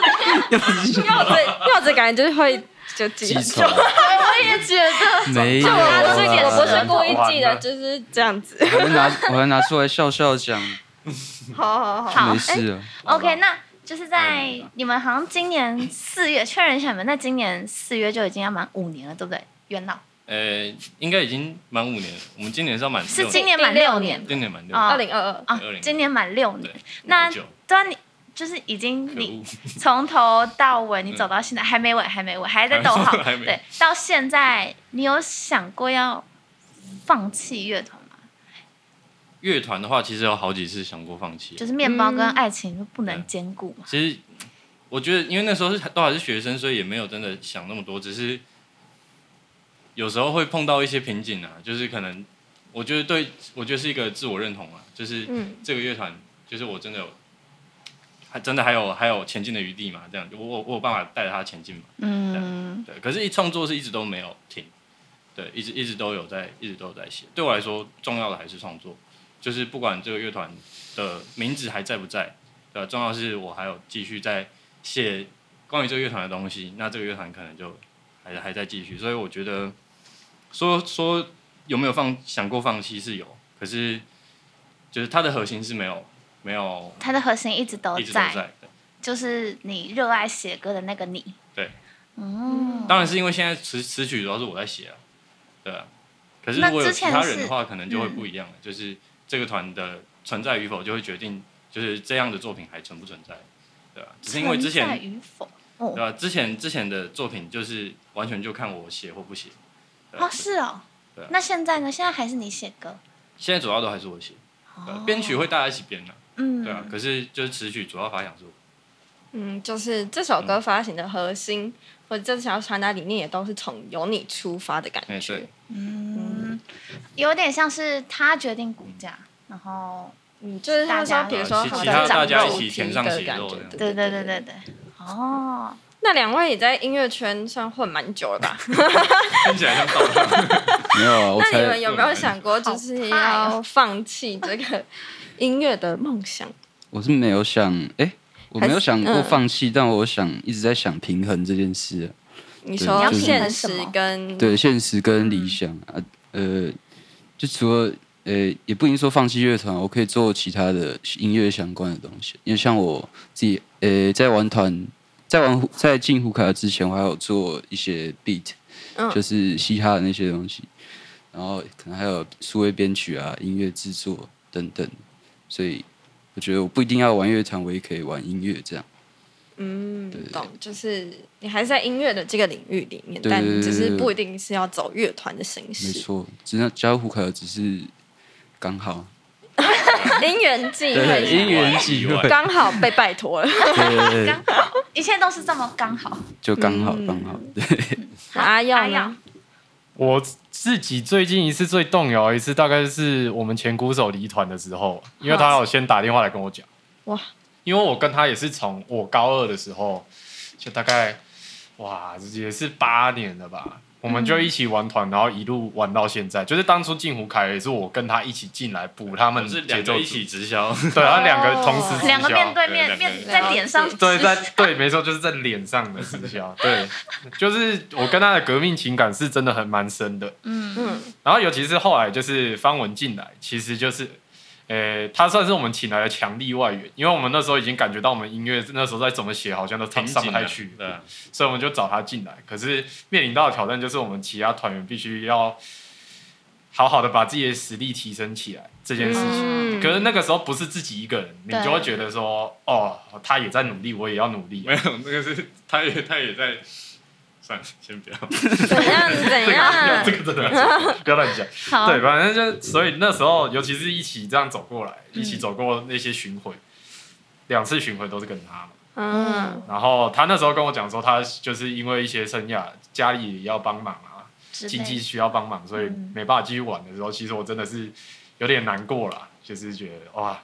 Speaker 2: 子柚子感觉就是会就记
Speaker 4: 记
Speaker 2: 得
Speaker 4: 仇？
Speaker 1: 我也觉得
Speaker 4: 没有啊
Speaker 2: 就
Speaker 4: 啦。
Speaker 2: 我不是我不是
Speaker 5: 过
Speaker 2: 故意记的，就是这样子。
Speaker 4: 我还拿我还拿出来笑笑讲，
Speaker 2: 好好好，
Speaker 1: 好
Speaker 4: 没。事啊。
Speaker 1: OK，那就是在你们好像今年四月确认一下，你们那今年四月就已经要满五年了，对不对？元老
Speaker 3: 呃，应该已经满五年了，我们今年是要满
Speaker 1: 是
Speaker 3: 六
Speaker 1: 今
Speaker 3: 年，
Speaker 1: 年满
Speaker 2: 第
Speaker 1: 六
Speaker 2: 六
Speaker 1: 年
Speaker 3: 今年满六
Speaker 1: 哦
Speaker 3: 年，
Speaker 2: 二零二二，
Speaker 1: 啊
Speaker 3: 20，
Speaker 1: 今年满六年
Speaker 3: 对。
Speaker 1: 那
Speaker 3: 九
Speaker 1: 对啊，你就是已经
Speaker 3: 可
Speaker 1: 你
Speaker 3: 恶，
Speaker 1: 从头到尾，你走到现在还没尾，还没尾，嗯 还在逗号。
Speaker 3: 还没
Speaker 1: 对，到现在你有想过要放弃乐团吗？
Speaker 3: 乐团的话，其实有好几次想过放弃
Speaker 1: 就。是面包跟
Speaker 2: 嗯
Speaker 1: 爱情就不能兼顾嘛？
Speaker 3: 其实我觉得，因为那时候是都还是学生，所以也没有真的想那么多，只是有时候会碰到一些瓶颈啊，就是可能我觉得对我觉得是一个自我认同啊，就是
Speaker 2: 嗯
Speaker 3: 这个乐团，就是我真的有。还真的还有还有前进的余地嘛？这样，我我我有办法带着他前进嘛？
Speaker 1: 嗯，
Speaker 3: 对，可是，一创作是一直都没有停，对，一直一直都有在，一直都有在写。对我来说，重要的还是创作，就是不管这个乐团的名字还在不在，对吧？重要是我还有继续在写关于这个乐团的东西，那这个乐团可能就还还在继续。所以我觉得说说有没有放想过放弃是有，可是就是它的核心是没有没有
Speaker 1: 它的核心一直都
Speaker 3: 一直都
Speaker 1: 在，
Speaker 3: 在。对
Speaker 1: 就是你热爱写歌的那个你。
Speaker 3: 对，
Speaker 1: 嗯，
Speaker 3: 当然是因为现在词词曲主要是我在写啊，对啊。可是
Speaker 1: 那
Speaker 3: 如果有
Speaker 1: 之
Speaker 3: 其
Speaker 1: 前
Speaker 3: 他人
Speaker 1: 是嗯
Speaker 3: 的话，可能就会不一样了，就是这个团的存在与否，就会决定就是这样的作品还存不存在，对吧、只是因为之
Speaker 1: 存在
Speaker 3: 前
Speaker 1: 与否，
Speaker 3: 对啊吧、之前之前的作品就是完全就看我写或不写，对啊
Speaker 1: 哦，是哦
Speaker 3: 对啊。
Speaker 1: 那现在呢？现在还是你写歌，
Speaker 3: 现在主要都还是我写，对啊编、曲会大家一起编啊，
Speaker 1: 哦嗯，
Speaker 3: 对啊。可是就是词曲主要发想是我，
Speaker 2: 嗯，就是这首歌发行的核心，或者这想要传达理念，也都是从由你出发的感
Speaker 3: 哎、
Speaker 2: 觉
Speaker 3: 对。，
Speaker 1: 嗯，有点像是他决定股价，然后
Speaker 2: 嗯，就是他说，比如说
Speaker 3: 其
Speaker 2: 好
Speaker 3: 其
Speaker 2: 像
Speaker 3: 他
Speaker 2: 长
Speaker 3: 大家
Speaker 2: 肉
Speaker 3: 一起
Speaker 2: 体
Speaker 3: 填上
Speaker 2: 的
Speaker 3: 血
Speaker 2: 感
Speaker 3: 肉
Speaker 2: 觉
Speaker 3: 这样
Speaker 1: 对对对对。对，哦，
Speaker 2: 那两位也在音乐圈算混蛮久了 吧？
Speaker 3: 听起来像倒退。
Speaker 1: 哎
Speaker 4: 没有啊，我
Speaker 2: 那你
Speaker 4: 才
Speaker 2: 们有没有想过，就是
Speaker 1: 好怕哦
Speaker 2: 要放弃这个音乐的梦想？
Speaker 4: 我是没有想，哎、我没有想
Speaker 2: 还
Speaker 4: 过
Speaker 2: 是嗯
Speaker 4: 放弃，但我想一直在想平衡这件事啊、
Speaker 2: 你
Speaker 4: 你
Speaker 2: 说
Speaker 4: 要平
Speaker 2: 现
Speaker 1: 衡什
Speaker 2: 实
Speaker 1: 么
Speaker 2: 跟
Speaker 4: 对现实跟理想啊，呃，就除了呃，也不一定说放弃乐团，我可以做其他的音乐相关的东西。因为像我自己，呃，在玩团，在玩胡在进胡卡之前，我还有做一些 beat，、
Speaker 2: 嗯
Speaker 4: 就是嘻哈的那些东西，然后可能还有数位编曲啊、音乐制作等等，所以。我觉得我不一定要玩乐团，我也可以玩音乐这样。
Speaker 2: 嗯，懂，就是你还是在音乐的这个领域里面，
Speaker 4: 对
Speaker 2: 但
Speaker 4: 对对
Speaker 2: 只
Speaker 4: 对
Speaker 2: 是
Speaker 4: 对
Speaker 2: 不一定是要走乐团的形
Speaker 4: 没
Speaker 2: 式，
Speaker 4: 错，只是加入胡卡只是刚好，
Speaker 2: 因缘际
Speaker 4: 对
Speaker 2: 会
Speaker 4: 对，因
Speaker 2: 下，
Speaker 4: 缘际会，
Speaker 2: 刚好被拜托 了。
Speaker 4: 对对对。
Speaker 1: 刚好，一切都是这么刚好。
Speaker 4: 就刚好
Speaker 2: 嗯
Speaker 4: 刚好，对，
Speaker 2: 那阿耀
Speaker 1: 阿耀
Speaker 2: 呢？
Speaker 5: 我自己最近一次最动摇一次，大概是我们前鼓手离团的时候，因为他有先打电话来跟我讲，
Speaker 2: 哇，
Speaker 5: 因为我跟他也是从我高二的时候，就大概哇也是八年了吧，我们就一起玩团，然后一路玩到现在。就是当初进胡凯也是我跟他一起进来补他
Speaker 3: 我
Speaker 5: 们
Speaker 3: 哦们是
Speaker 5: 节
Speaker 3: 两
Speaker 5: 奏
Speaker 3: 个
Speaker 5: 组
Speaker 3: 一起直 销，
Speaker 5: 对，然后两个同时直销
Speaker 1: 两个面对
Speaker 3: 对
Speaker 1: 面
Speaker 3: 两个
Speaker 1: 面在脸上，
Speaker 5: 对，在对，没错，就是在脸上的直销。对，就是我跟他的革命情感是真的很蛮深的。
Speaker 1: 嗯，
Speaker 2: 嗯，
Speaker 5: 然后尤其是后来就是方文进来，其实就是，呃，他算是我们请来的强力外援，因为我们那时候已经感觉到我们音乐那时候在怎么写好像都上
Speaker 3: 挺
Speaker 5: 上
Speaker 3: 紧
Speaker 5: 不
Speaker 3: 的
Speaker 5: 太去，
Speaker 3: 对啊，
Speaker 5: 所以我们就找他进来。可是面临到的挑战就是我们其他团员必须要好好的把自己的实力提升起来这件事情。
Speaker 2: 嗯
Speaker 5: 可是那个时候不是自己一个人，你
Speaker 1: 对
Speaker 5: 就会觉得说，哦，他也在努力，我也要努力啊
Speaker 3: 没。有， 那个是他也他也在，算了，先不要。
Speaker 2: 怎样怎样
Speaker 5: 这？个真的不要乱讲。
Speaker 1: 好，
Speaker 5: 对，反正就所以那时候，尤其是一起这样走过来，一
Speaker 1: 嗯
Speaker 5: 起走过那些巡回，两次巡回都是跟他嘛。
Speaker 2: 嗯，
Speaker 5: 然后他那时候跟我讲说，他就是因为一些生涯，家里也要帮忙啊，
Speaker 1: 之类
Speaker 5: 经济需要帮忙，所以
Speaker 1: 嗯
Speaker 5: 没办法继续玩的时候，其实我真的是有点难过啦，就是觉得哇，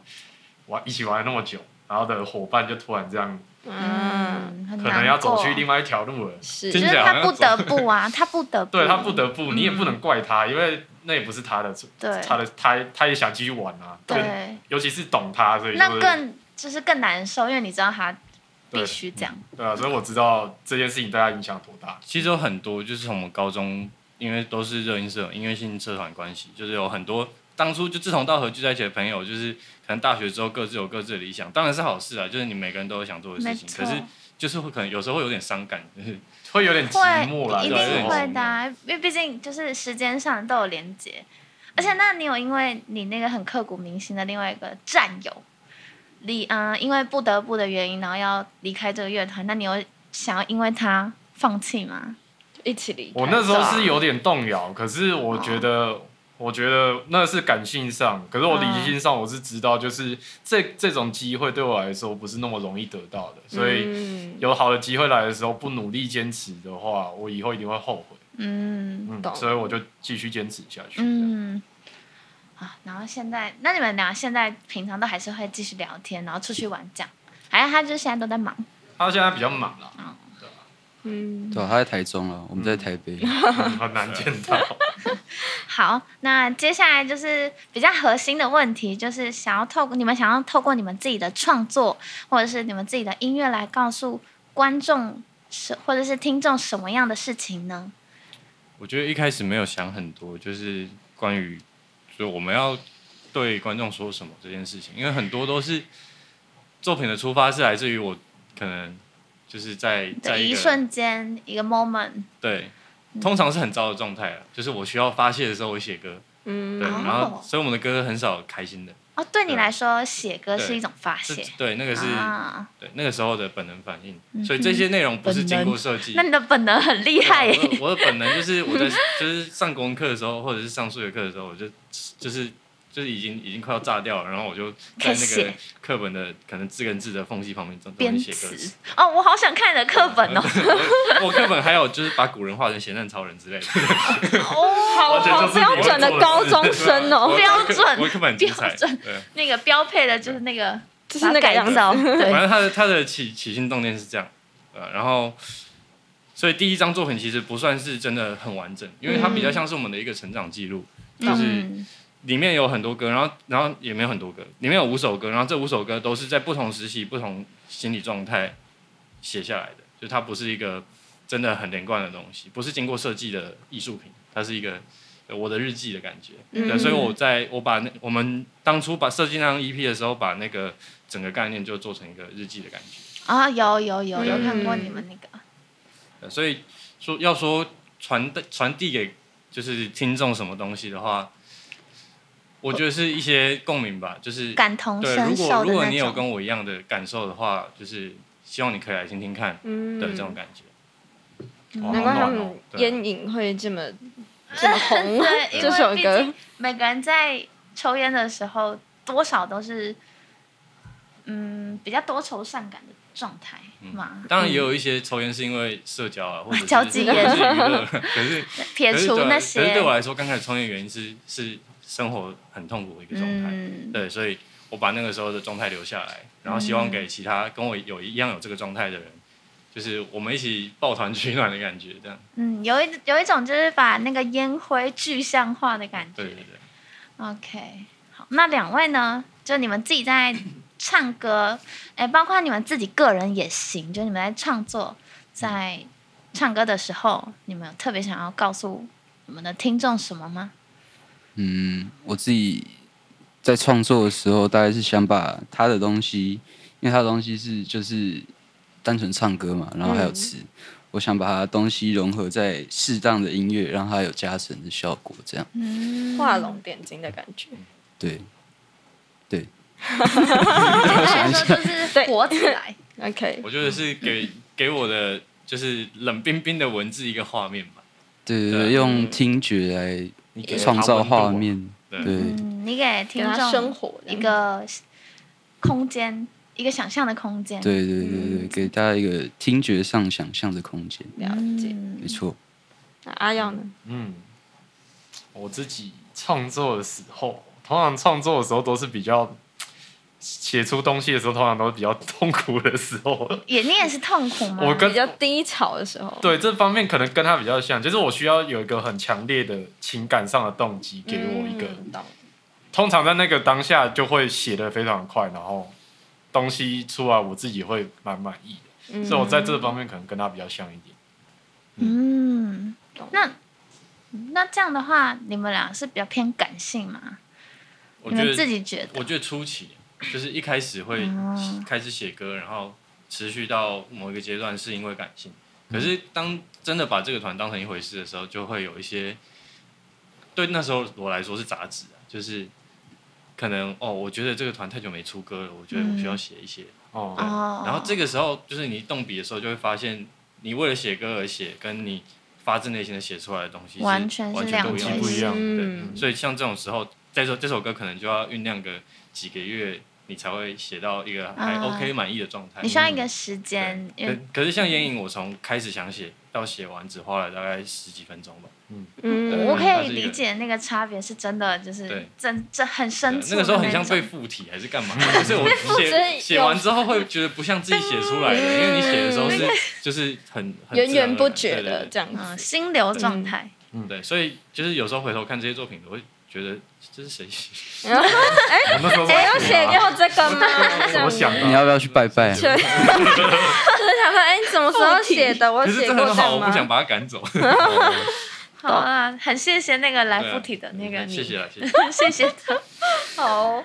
Speaker 5: 玩一起玩了那么久，然后的伙伴就突然这样，
Speaker 2: 嗯，
Speaker 1: 嗯，很
Speaker 5: 可
Speaker 1: 难
Speaker 5: 能要走去
Speaker 1: 过
Speaker 5: 另外一条路了。
Speaker 2: 是
Speaker 1: 就
Speaker 3: 听
Speaker 1: 是
Speaker 3: 起来好
Speaker 1: 他
Speaker 3: 像
Speaker 1: 不得不啊，他不得不，
Speaker 5: 对他不得不，你也不能怪他，因为那也不是他的错，
Speaker 1: 嗯对
Speaker 5: 他的他他也想继续玩啊，就
Speaker 1: 对，
Speaker 5: 尤其是懂他，所以就
Speaker 1: 那
Speaker 5: 是
Speaker 1: 更就是更难受，因为你知道他
Speaker 5: 对
Speaker 1: 必须这样，
Speaker 5: 对啊，所以我知道这件事情对他影响多大。
Speaker 3: 其实有很多，就是从我们高中，因为都是热音社、音乐性社团关系，就是有很多当初就志同道合聚在一起的朋友，就是可能大学之后各自有各自的理想，当然是好事啊，就是你每个人都有想做的
Speaker 1: 没
Speaker 3: 事情，
Speaker 1: 错
Speaker 3: 可是。就是会可能有时候会有点伤感，就是
Speaker 5: 会有点寂寞啦，
Speaker 1: 会一
Speaker 5: 有
Speaker 3: 对
Speaker 5: 时
Speaker 1: 定
Speaker 5: 候
Speaker 1: 会的啊、因为毕竟就是时间上都有连接，而且那你有因为你那个很刻骨铭心的另外一个战友离嗯、因为不得不的原因，然后要离开这个乐团，那你有想要因为他放弃吗？
Speaker 2: 一起离开。
Speaker 5: 我那时候是有点动摇，可是我觉
Speaker 1: 嗯
Speaker 5: 得，我觉得那是感性上，可是我理性上我是知道，就是这这种机会对我来说不是那么容易得到的，所以
Speaker 1: 嗯
Speaker 2: 以
Speaker 5: 有好的机会来的时候，不努力坚持的话，我以后一定会后悔。
Speaker 1: 嗯
Speaker 5: 嗯
Speaker 2: 懂，
Speaker 5: 所以我就继续坚持下去。
Speaker 1: 嗯。啊，然后现在，那你们俩现在平常都还是会继续聊天，然后出去玩这样，还是他就是现在都在忙？
Speaker 5: 他现在比较忙 啦，
Speaker 2: 嗯，
Speaker 4: 对啊、他在台中啊，我
Speaker 3: 嗯
Speaker 4: 们在台北。
Speaker 5: 很难见 到。哦
Speaker 1: 好，那接下来就是比较核心的问题，就是想要透过你们想要透过你们自己的创作，或者是你们自己的音乐来告诉观众是或者是听众什么样的事情呢？
Speaker 3: 我觉得一开始没有想很多，就是关于就我们要对观众说什么这件事情，因为很多都是作品的出发是来自于我可能就是在在
Speaker 1: 的
Speaker 3: 一
Speaker 1: 一
Speaker 3: 个
Speaker 1: 瞬间，一个 moment，
Speaker 3: 对，通常是很糟的状态了，就是我需要发泄的时候我会写歌，对，
Speaker 2: 嗯，
Speaker 1: 哦
Speaker 3: 然后所以我们的歌很少开心的，
Speaker 1: 哦，对你
Speaker 3: 对
Speaker 1: 来说，写歌
Speaker 3: 对
Speaker 1: 是一种发
Speaker 3: 是
Speaker 1: 泄
Speaker 3: 对那个是、
Speaker 1: 啊，
Speaker 3: 对那个时候的本能反应，
Speaker 1: 嗯哼
Speaker 3: 所以这些内容不是经过设计
Speaker 1: 那。你的本能很厉害耶，
Speaker 3: 对啊我我的本能就是我在 就是上国文课的时候，或者是上数学课的时候，我就就是就是已经已经快要炸掉了，然后我就在
Speaker 1: 开始
Speaker 3: 那
Speaker 1: 写
Speaker 3: 个课本的可能字跟字的缝隙旁边总
Speaker 1: 编
Speaker 3: 总写歌
Speaker 1: 词
Speaker 3: 词。啊呃
Speaker 1: 哦，我好想看你的课本 哦，
Speaker 3: 我我课本还有就是把古人画成闲蛋超人之类 的，
Speaker 2: 好
Speaker 5: 完全
Speaker 2: 好
Speaker 5: 就是你
Speaker 2: 标准的高中生哦，
Speaker 1: 标准
Speaker 3: 啊我的课本很精彩
Speaker 1: 标准。
Speaker 3: 对，
Speaker 1: 那个标配的就是那个
Speaker 2: 就是那
Speaker 1: 把
Speaker 2: 个
Speaker 1: 它
Speaker 2: 样
Speaker 1: 改
Speaker 2: 子。
Speaker 1: 造，对
Speaker 3: 反，正他的他的起起心动念是这样，呃，然后，所以第一张作品其实不算是真的很完整，因为它比较像是我们的一个成长记录，就是
Speaker 1: 嗯
Speaker 3: 里面有很多歌，然后然后也没有很多歌，里面有五首歌，然后这五首歌都是在不同时期、不同心理状态写下来的，就它不是一个真的很连贯的东西，不是经过设计的艺术品，它是一个呃我的日记的感觉。对，
Speaker 2: 嗯
Speaker 3: 所以我在我把那我们当初把设计那张 EP 的时候，把那个整个概念就做成一个日记的感觉。
Speaker 1: 啊，有有有有
Speaker 3: 嗯
Speaker 1: 看过你们那个，
Speaker 3: 呃所以说要说传递传递给就是听众什么东西的话，我觉得是一些共鸣吧，就是
Speaker 1: 感同
Speaker 3: 对，
Speaker 1: 身
Speaker 3: 如果
Speaker 1: 受
Speaker 3: 如
Speaker 1: 的
Speaker 3: 果你
Speaker 1: 那
Speaker 3: 有
Speaker 1: 种。
Speaker 3: 跟我一样的感受的话，就是希望你可以来听听看
Speaker 2: 嗯
Speaker 3: 的这种感觉。
Speaker 5: 哦
Speaker 2: 难怪他
Speaker 5: 好暖哦
Speaker 2: 们烟瘾会这么这么红
Speaker 1: 对，因
Speaker 2: 这首
Speaker 1: 为毕
Speaker 2: 歌
Speaker 1: 竟，每个人在抽烟的时候，多少都是嗯比较多愁善感的状态嘛。
Speaker 3: 当然也有一些抽烟是因为社交啊，或者是
Speaker 1: 交际烟
Speaker 3: 或者是娱乐可 是
Speaker 1: 撇
Speaker 3: 可是对
Speaker 1: 除
Speaker 3: 我
Speaker 1: 那
Speaker 3: 可是对我
Speaker 1: 些，
Speaker 3: 来说，刚开始创业原因是是生活很痛苦的一个状态。
Speaker 1: 嗯，
Speaker 3: 对，所以我把那个时候的状态留下来，然后希望给其他跟我有一样有这个状态的人，就是我们一起抱团取暖的感觉，这样。
Speaker 1: 嗯，有一有一种就是把那个烟灰具象化的感
Speaker 3: 对对
Speaker 1: 觉。
Speaker 3: 对。
Speaker 1: OK，好，那两位呢？就你们自己在唱歌，哎，包括你们自己个人也行，就你们在创作，在唱歌的时候，你们有特别想要告诉我们的听众什么吗？
Speaker 4: 嗯，我自己在创作的时候，大概是想把他的东西，因为他的东西是就是单纯唱歌嘛，然后
Speaker 3: 嗯
Speaker 4: 还有词，我想把它东西融合在适当的音乐，让它有加成的效果，这样
Speaker 1: 嗯
Speaker 2: 画龙点睛的感觉。
Speaker 4: 对对，
Speaker 1: 简单来说 就是
Speaker 2: 对
Speaker 1: 火起来。
Speaker 2: OK，
Speaker 1: 嗯
Speaker 3: 我觉得是给给我的就是冷冰冰的文字一个画面吧。
Speaker 4: 对对
Speaker 3: 对啊
Speaker 4: 对，用听觉来
Speaker 3: 你给它
Speaker 4: 创造
Speaker 3: 温度啊
Speaker 4: 画，面，
Speaker 3: 对
Speaker 4: 对
Speaker 1: 嗯，你给
Speaker 2: 给
Speaker 1: 听
Speaker 2: 他
Speaker 1: 众
Speaker 2: 生活
Speaker 1: 一个空间，一个想象的空间。
Speaker 4: 对对对
Speaker 1: 嗯
Speaker 4: 对，给大家一个听觉上想象的空间，
Speaker 2: 了解。
Speaker 1: 嗯，
Speaker 4: 没错。
Speaker 2: 那阿耀呢？
Speaker 5: 嗯，我自己创作的时候，通常创作的时候都是比较写出东西的时候，通常都是比较痛苦的时候。
Speaker 1: 也你也是痛苦吗？
Speaker 5: 我跟
Speaker 2: 比较低潮的时候，
Speaker 5: 对这方面可能跟他比较像，就是我需要有一个很强烈的情感上的动机，给我一个。
Speaker 2: 嗯懂
Speaker 5: 通常在那个当下就会写的非常快，然后东西出来我自己会蛮满意的，
Speaker 2: 嗯
Speaker 5: 所以我在这方面可能跟他比较像一点。
Speaker 1: 嗯
Speaker 2: 懂，
Speaker 1: 那那这样的话，你们俩是比较偏感性吗？
Speaker 3: 我
Speaker 1: 你
Speaker 3: 觉
Speaker 1: 们自
Speaker 3: 得
Speaker 1: 己觉得
Speaker 3: 我觉得初期就是一开始会
Speaker 1: 哦
Speaker 3: 开始写歌，然后持续到某一个阶段是因为感性。可是当真的把这个团当成一回事的时候，就会有一些对那时候我来说是杂质啊，就是可能哦，我觉得这个团太久没出歌了，我觉得我需要写一些。
Speaker 5: 哦、
Speaker 2: 嗯
Speaker 3: 对
Speaker 1: 哦
Speaker 3: 然后这个时候就是你动笔的时候，就会发现你为了写歌而写，跟你发自内心的写出来的东西是
Speaker 1: 完全是
Speaker 3: 完全不一
Speaker 1: 两回
Speaker 3: 样的
Speaker 5: 不
Speaker 1: 事
Speaker 5: 一样。
Speaker 2: 嗯，
Speaker 3: 所以像这种时候，这首这首歌可能就要酝酿个几个月，你才会写到一个还
Speaker 1: 啊
Speaker 3: OK 满意的状态。
Speaker 1: 你需要一个时间，因
Speaker 3: 可
Speaker 1: 为
Speaker 3: 可是像眼影，我从开始想写到写完，只花了大概十几分钟吧。
Speaker 2: 嗯，
Speaker 1: 我
Speaker 3: 对它
Speaker 1: 可
Speaker 3: 是
Speaker 1: 以
Speaker 3: 一个
Speaker 1: 理解那个差别是真的，就是
Speaker 3: 对
Speaker 1: 真这很
Speaker 3: 对啊
Speaker 1: 深
Speaker 3: 那
Speaker 1: 处
Speaker 3: 个
Speaker 1: 的
Speaker 3: 时候很像
Speaker 1: 种
Speaker 3: 被附体还是干嘛？就是我
Speaker 2: 体
Speaker 3: 写写完之后会觉得不像自己写出来的，因为你写的时候是就是很很
Speaker 2: 源
Speaker 3: 自然而
Speaker 2: 源
Speaker 3: 然
Speaker 2: 不绝
Speaker 3: 对对
Speaker 2: 的
Speaker 3: 对
Speaker 2: 这样
Speaker 1: 嗯
Speaker 2: 子，
Speaker 1: 心流状态。
Speaker 3: 对，所以就是有时候回头看这些作品，我会觉得这是谁写？
Speaker 5: 我那时候啊
Speaker 2: 哎，有写给我这个吗？这样
Speaker 5: 我
Speaker 2: 子
Speaker 5: 想
Speaker 4: 你要不要去拜拜啊？
Speaker 2: 确就是想说，哎，你什么时候写的？我
Speaker 3: 可是
Speaker 2: 写
Speaker 3: 这
Speaker 2: 过
Speaker 3: 很
Speaker 2: 这
Speaker 3: 好，
Speaker 2: 样
Speaker 3: 我不想
Speaker 2: 吗？
Speaker 3: 把他赶走。
Speaker 1: 好啊，很谢谢那个来
Speaker 3: 对啊
Speaker 1: 附体的那个你，
Speaker 3: 谢谢啦，谢谢。
Speaker 1: 谢谢他。
Speaker 2: 好，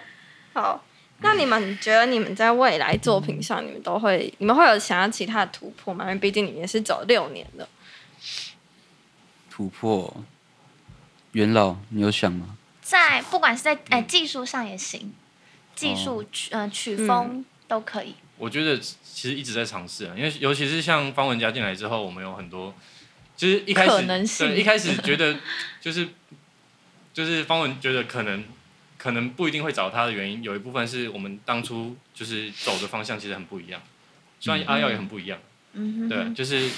Speaker 2: 好。那你们觉得你们在未来作品上，你们都会，你们会有想要其他的突破吗？因为毕竟你们也是走六年的，
Speaker 4: 突破元老，你有想吗？
Speaker 1: 在不管是在哎、
Speaker 3: 嗯
Speaker 1: 技术上也行，
Speaker 3: 哦
Speaker 1: 技术曲呃曲风都可以。
Speaker 3: 我觉得其实一直在尝试啊，因为尤其是像方文佳进来之后，我们有很多，就是一开始
Speaker 1: 可能性
Speaker 3: 对一开始觉得 就是就是方文觉得可能可能不一定会找他的原因，有一部分是我们当初就是走的方向其实很不一样，虽然阿耀也很不一样，
Speaker 1: 嗯哼，
Speaker 3: 对，就是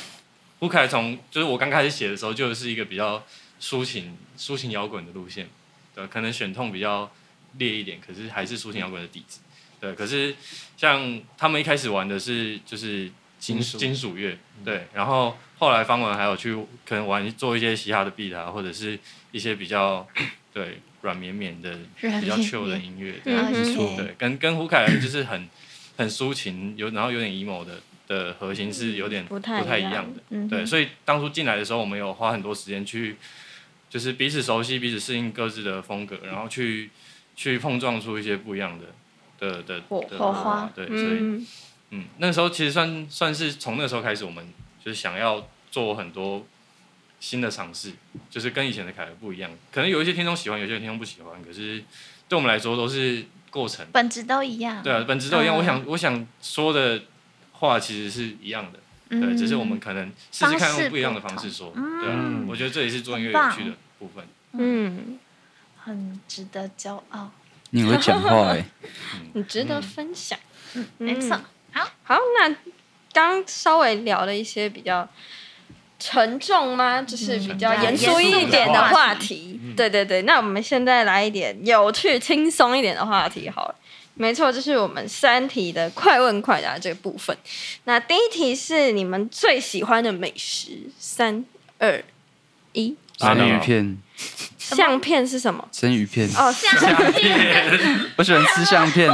Speaker 3: 胡凯从就是我刚开始写的时候就是一个比较抒情抒情摇滚的路线，对，可能选痛比较烈一点，可是还是抒情摇滚的底子，对。可是像他们一开始玩的是就是金
Speaker 5: 金属嗯
Speaker 3: 金属乐，对，然后后来方文还有去可能玩做一些嘻哈的 beat 啊，或者是一些比较对软绵绵的
Speaker 1: 软
Speaker 3: 比较
Speaker 1: 绵
Speaker 3: chill 的
Speaker 1: 绵
Speaker 3: 音乐，对。啊
Speaker 2: 嗯
Speaker 1: 嗯
Speaker 2: 哼
Speaker 1: 哼
Speaker 3: 对，跟跟胡凯尔就是很很抒情，有然后有点 emo 的的核心是有点
Speaker 2: 不
Speaker 3: 不
Speaker 2: 太
Speaker 3: 太
Speaker 2: 一样
Speaker 3: 一样的。
Speaker 1: 嗯哼
Speaker 3: 对，所以当初进来的时候，我们有花很多时间去，就是彼此熟悉、彼此适应各自的风格，然后去去碰撞出一些不一样的的的
Speaker 2: 火
Speaker 3: 的
Speaker 1: 火花
Speaker 3: 对，所以
Speaker 2: 嗯，
Speaker 3: 嗯，那时候其实算算是从那时候开始，我们就是想要做很多新的尝试，就是跟以前的凯尔不一样。可能有一些听众喜欢，有些听众不喜欢，可是对我们来说都是过程。
Speaker 1: 本质都一样。
Speaker 3: 对啊，本质都一样。
Speaker 2: 嗯
Speaker 3: 我想我想说的话其实是一样的，
Speaker 1: 嗯，
Speaker 3: 对，只是我们可能试试
Speaker 1: 方
Speaker 3: 看
Speaker 1: 式
Speaker 3: 用不一样的
Speaker 1: 不
Speaker 3: 方
Speaker 1: 同
Speaker 3: 式说。
Speaker 1: 嗯
Speaker 3: 对啊，我觉得这也是做音乐有趣的部分。
Speaker 2: 嗯，
Speaker 1: 很值得骄傲。
Speaker 4: 你很会 讲话哎、
Speaker 2: 你值得分享。嗯
Speaker 1: 没 错，
Speaker 2: 好，那刚稍微聊了一些比较沉重吗？就是比较嗯严肃一点的话题。嗯对对对，那我们现在来一点有趣、轻松一点的话题好了。没错，就是我们三题的快问快答这个部分。那第一题是你们最喜欢的美食，三二一，
Speaker 3: 啊
Speaker 4: 生鱼片，
Speaker 2: 相片是什么？
Speaker 4: 生鱼片，
Speaker 1: 啊
Speaker 2: 哦，相
Speaker 4: 我喜欢吃相片，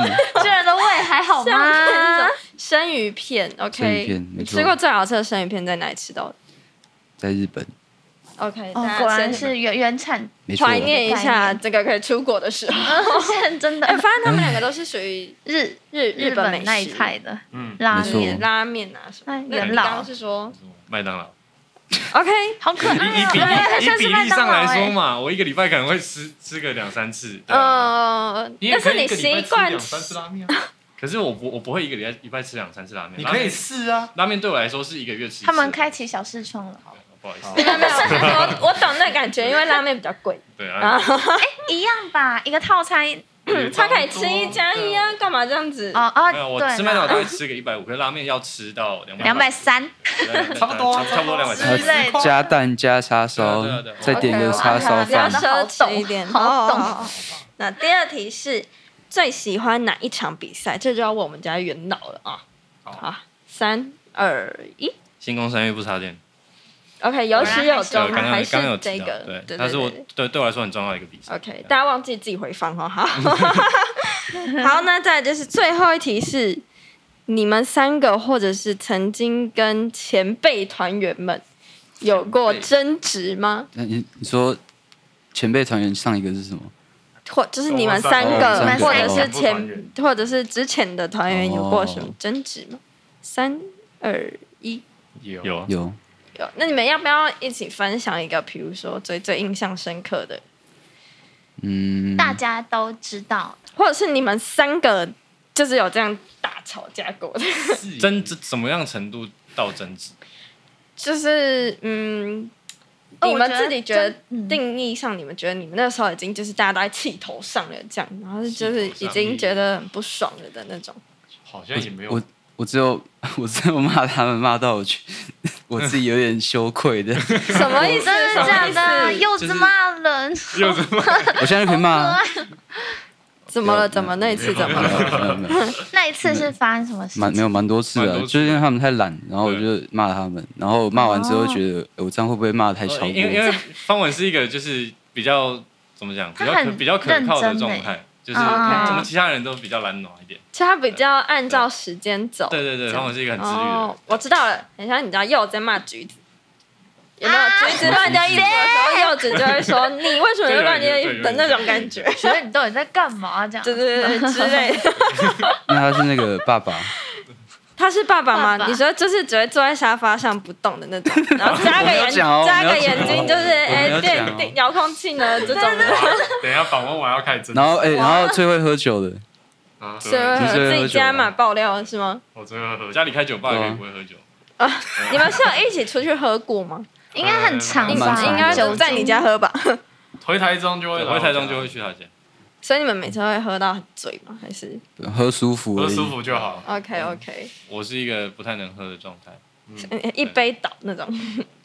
Speaker 1: 这人的胃还好
Speaker 2: 相片是什
Speaker 1: 吗
Speaker 2: 么？生鱼片
Speaker 4: 生鱼
Speaker 2: ，OK
Speaker 4: 片。没
Speaker 2: 你
Speaker 4: 错
Speaker 2: 吃过最好吃的生鱼片在哪里吃到的？
Speaker 4: 在日本，
Speaker 2: OK，
Speaker 1: 哦
Speaker 2: 大，
Speaker 1: 果
Speaker 2: 家
Speaker 1: 然
Speaker 2: 先
Speaker 1: 是原原产，
Speaker 4: 没错，
Speaker 2: 怀念一
Speaker 1: 怀
Speaker 2: 下
Speaker 1: 念
Speaker 2: 这个可以出国的时候。
Speaker 1: 是真
Speaker 2: 哎，
Speaker 1: 的
Speaker 2: 发现他们两个都是属于
Speaker 1: 日
Speaker 2: 日
Speaker 1: 日
Speaker 2: 本
Speaker 1: 本
Speaker 2: 美食
Speaker 1: 那一派的
Speaker 5: 嗯，
Speaker 1: 拉
Speaker 4: 没错
Speaker 1: 面，
Speaker 2: 拉面啊什么
Speaker 1: 哎
Speaker 2: 的。那
Speaker 1: 元
Speaker 2: 你
Speaker 1: 老
Speaker 2: 刚刚是说
Speaker 3: 麦当劳。
Speaker 2: OK，
Speaker 1: 好可爱
Speaker 5: 以以 比
Speaker 1: 哦！哎
Speaker 5: 例
Speaker 1: 它
Speaker 5: 以
Speaker 1: 像
Speaker 5: 比
Speaker 1: 是麦
Speaker 5: 例上
Speaker 1: 当劳
Speaker 5: 来
Speaker 1: 哎
Speaker 5: 说嘛，
Speaker 3: 我一个礼拜可能会吃吃个两三次，
Speaker 1: 嗯
Speaker 3: 对啊
Speaker 2: 呃，
Speaker 5: 你也
Speaker 2: 但
Speaker 5: 可
Speaker 2: 是
Speaker 5: 以一
Speaker 2: 你
Speaker 5: 个礼
Speaker 2: 习
Speaker 5: 拜吃
Speaker 2: 惯
Speaker 5: 两三次拉面啊，
Speaker 3: 可是我不我不会一个礼拜礼拜吃两三次拉面，
Speaker 5: 你可以试啊。
Speaker 3: 拉面对我来说是一个月吃一次。哦
Speaker 1: 他们开启小视窗了，
Speaker 3: 不好意思，
Speaker 2: 没有没有， 我我懂那感觉，因为拉面比较贵，
Speaker 3: 对
Speaker 2: 啊
Speaker 3: 啊，
Speaker 1: 一样吧？一个套餐
Speaker 2: 嗯他可以吃一加一啊，干嘛这样子？
Speaker 1: 哦
Speaker 3: 没有
Speaker 1: 哦，
Speaker 3: 我
Speaker 1: 对
Speaker 3: 吃麦当劳
Speaker 1: 啦，
Speaker 3: 大概吃个一百五，可是拉面要吃到两
Speaker 1: 两百三，
Speaker 5: 差不多啊
Speaker 3: 差不多两百
Speaker 5: 差
Speaker 3: 三
Speaker 5: 不
Speaker 1: 之。类的。
Speaker 4: 加蛋加叉烧
Speaker 3: 对啊对啊对啊，
Speaker 4: 再点个叉烧
Speaker 1: 好啊
Speaker 2: 比较
Speaker 1: 像
Speaker 4: 饭
Speaker 1: 是。
Speaker 2: 奢侈一点。
Speaker 1: 好懂好懂
Speaker 2: 哦那第二题是最喜欢哪一场比赛？这就要问我们家元老了啊！好，三二一
Speaker 3: 星空三月不插电，
Speaker 2: ，OK，有始有
Speaker 1: 对
Speaker 3: 对，
Speaker 2: 终，
Speaker 3: 刚刚
Speaker 2: 还还
Speaker 3: 刚
Speaker 2: 是
Speaker 3: 刚有
Speaker 2: 这
Speaker 3: 提到
Speaker 2: 个，，
Speaker 3: 对，
Speaker 2: 对，
Speaker 3: 它是我
Speaker 2: 对对
Speaker 3: 对对我来说很重要的一个比赛。
Speaker 2: OK，大家忘记自己回放哦。好， 好，那再来就是最后一题是你们三个，或者是曾经跟前辈团员们有过争执吗？
Speaker 4: 那你你说前辈团员上一个是什么？
Speaker 2: 或就是你们哦三
Speaker 4: 我
Speaker 2: 个，
Speaker 4: 们三个
Speaker 2: 或者是
Speaker 5: 我们三
Speaker 2: 前，或者是之前的团员有过什么
Speaker 4: 哦
Speaker 2: 争执吗？三二一，
Speaker 5: 有
Speaker 3: 有
Speaker 4: 有
Speaker 2: 有。那你们要不要一起分享一个，比如说最最印象深刻的，
Speaker 4: 嗯，
Speaker 1: 大家都知道，
Speaker 2: 或者是你们三个就是有这样大吵架过的？
Speaker 3: 争执怎么样程度到争执？
Speaker 2: 就是嗯，
Speaker 1: 哦
Speaker 2: 你
Speaker 1: 我
Speaker 2: 们
Speaker 1: 觉得
Speaker 2: 自己觉得
Speaker 1: 真嗯
Speaker 2: 定义上，你们觉得你们那时候已经就是大家都在气头上了，这样，然后就是已
Speaker 5: 气头上
Speaker 2: 经觉得很不爽了的那种。
Speaker 5: 好像也没有，
Speaker 4: 我我只有我只有骂他们骂到我去， 我自己有点羞 愧的。
Speaker 2: 什么意思？
Speaker 1: 真的假的？啊柚子骂人，
Speaker 5: 有什么？
Speaker 4: 我现在就可以骂啊。
Speaker 2: 怎么了？怎么那一次怎么
Speaker 4: 没
Speaker 2: 了？
Speaker 4: 有没有没有
Speaker 1: 那一次是发生什么事
Speaker 4: 蛮没
Speaker 1: 情？
Speaker 4: 有蛮多次
Speaker 5: 蛮
Speaker 4: 的，
Speaker 5: 多次的
Speaker 4: 就是因为他们太懒，然后我就骂他们，然后骂完之后
Speaker 1: 哦
Speaker 4: 觉得、呃我这样会不会骂得太超过？
Speaker 3: 因为因为方文是一个就是比较怎么讲，比较
Speaker 1: 他
Speaker 3: 可
Speaker 1: 很
Speaker 3: 比较可靠的
Speaker 1: 认真欸
Speaker 3: 状态，就是
Speaker 1: 嗯
Speaker 3: 怎么其他人都比较懒惰一点。
Speaker 2: 就他比较按照时间走。
Speaker 3: 对对对，
Speaker 2: 这样
Speaker 3: 方文是一个很自律的人
Speaker 2: 哦。，我知道了。很像你知道柚子在骂橘子，有没有？橘子乱丢衣服的时候，柚子就会说：“你为什么又乱丢衣服？”的那种感觉。
Speaker 1: 觉得你到底在干嘛？这样
Speaker 2: 对对对对之类的。
Speaker 4: 因为他是那个爸爸，
Speaker 2: 他是爸爸吗？
Speaker 1: 爸爸
Speaker 2: 你说就是只会坐在沙发上不动的那种，然后扎个
Speaker 4: 我没
Speaker 2: 眼、
Speaker 4: 有讲哦
Speaker 2: 扎
Speaker 4: 我
Speaker 2: 个
Speaker 4: 没有讲哦
Speaker 2: 眼睛，就是哎、
Speaker 4: 我没有讲哦
Speaker 2: 电电遥控器呢这种的，
Speaker 5: 等一下访问完要开始争执
Speaker 4: 然后哎、然后最会喝酒的，
Speaker 5: 啊！
Speaker 2: 是
Speaker 5: 对
Speaker 4: 你是会
Speaker 2: 自
Speaker 4: 喝酒
Speaker 2: 己
Speaker 4: 吗
Speaker 2: 加码爆料是吗？
Speaker 5: 我最后喝
Speaker 3: 我家里开酒吧
Speaker 4: 对啊
Speaker 3: 可以不会喝酒，
Speaker 2: 你们是有一起出去喝过吗？
Speaker 1: 应该很长
Speaker 2: 应
Speaker 1: 吧？
Speaker 4: 蛮长的
Speaker 2: 应该
Speaker 1: 酒
Speaker 2: 是
Speaker 1: 精
Speaker 2: 在你家。喝吧，
Speaker 5: 回台中就会
Speaker 3: 对
Speaker 5: 来我
Speaker 3: 回
Speaker 5: 家，
Speaker 3: 台中就会去他家。
Speaker 2: 所以你们每次会喝到很醉吗？还是
Speaker 4: 喝舒服而
Speaker 5: 喝
Speaker 4: 已，
Speaker 5: 舒服就好。
Speaker 2: OK OK，、嗯
Speaker 3: 我是一个不太能喝的状态，
Speaker 2: 一杯倒那种，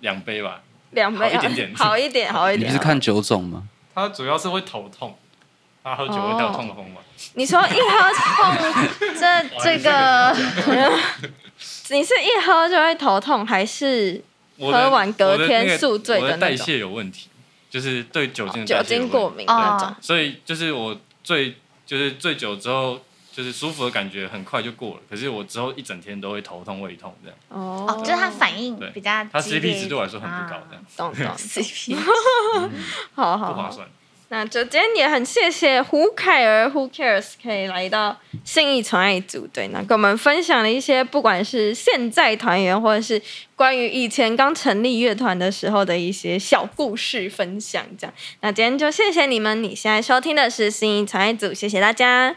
Speaker 3: 两杯吧，
Speaker 2: 两杯啊
Speaker 3: 好一点 点
Speaker 2: 好一点好一
Speaker 4: 你
Speaker 2: 点。啊
Speaker 4: 不是看酒种吗？
Speaker 5: 他主要是会头痛，他喝酒
Speaker 2: 哦
Speaker 5: 会
Speaker 3: 还有
Speaker 5: 头痛。
Speaker 3: 痛风嘛。
Speaker 2: 你说一喝痛，
Speaker 1: 这这个
Speaker 2: 你是一喝就会头痛，还是
Speaker 3: 我的
Speaker 2: 喝完隔天
Speaker 3: 我的那个
Speaker 2: 宿醉的
Speaker 3: 我
Speaker 2: 那
Speaker 3: 的
Speaker 2: 种
Speaker 3: 代谢有问题，就是对酒精的
Speaker 2: 酒
Speaker 3: 代谢
Speaker 2: 精
Speaker 3: 有问题
Speaker 2: 过敏
Speaker 1: 哦
Speaker 2: 那种？
Speaker 3: 所以就是我醉，就是醉酒之后，就是舒服的感觉很快就过了。可是我之后一整天都会头痛、胃痛这样，
Speaker 2: 哦
Speaker 1: 哦，就是它反应比较
Speaker 3: 它
Speaker 1: 激烈
Speaker 3: CP 值对我来说很不高，这样、
Speaker 2: 懂懂，
Speaker 1: CP
Speaker 2: 好
Speaker 3: 不
Speaker 2: 好
Speaker 3: 划
Speaker 2: 好。
Speaker 3: 算。
Speaker 2: 那就今天也很谢谢胡凯儿 Who Cares 可以来到信义纯爱组队呢，跟我们分享了一些不管是现在团员或者是关于以前刚成立乐团的时候的一些小故事分享，这样。那今天就谢谢你们，你现在收听的是信义纯爱组，谢谢大家。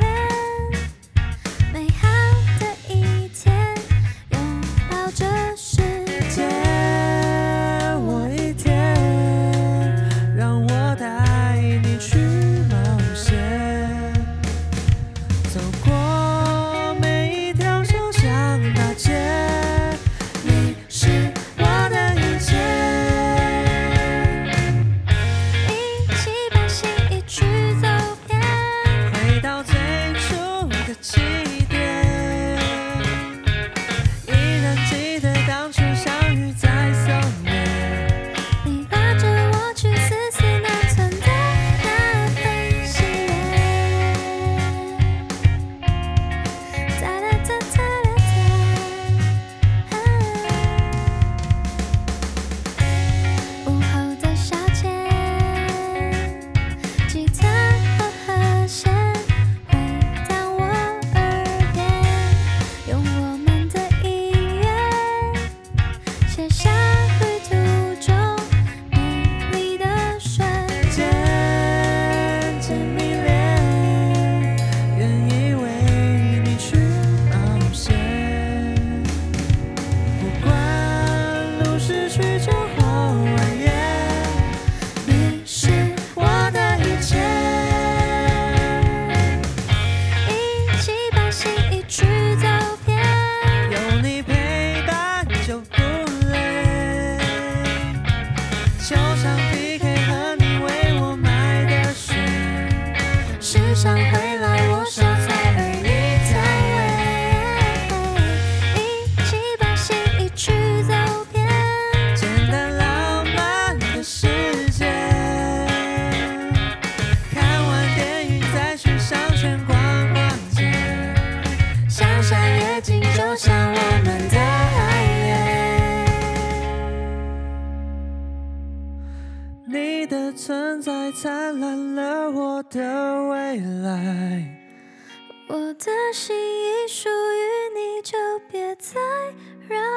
Speaker 6: 帘，美好的一天，拥抱这世界。
Speaker 7: 借我一天，让我带你去冒险，走过每一条小巷大街，你是我的一切。
Speaker 6: 一起把心意去走遍，
Speaker 7: 回到最
Speaker 8: 爱灿烂了我的未来。
Speaker 7: 我的心已属于你，就别再让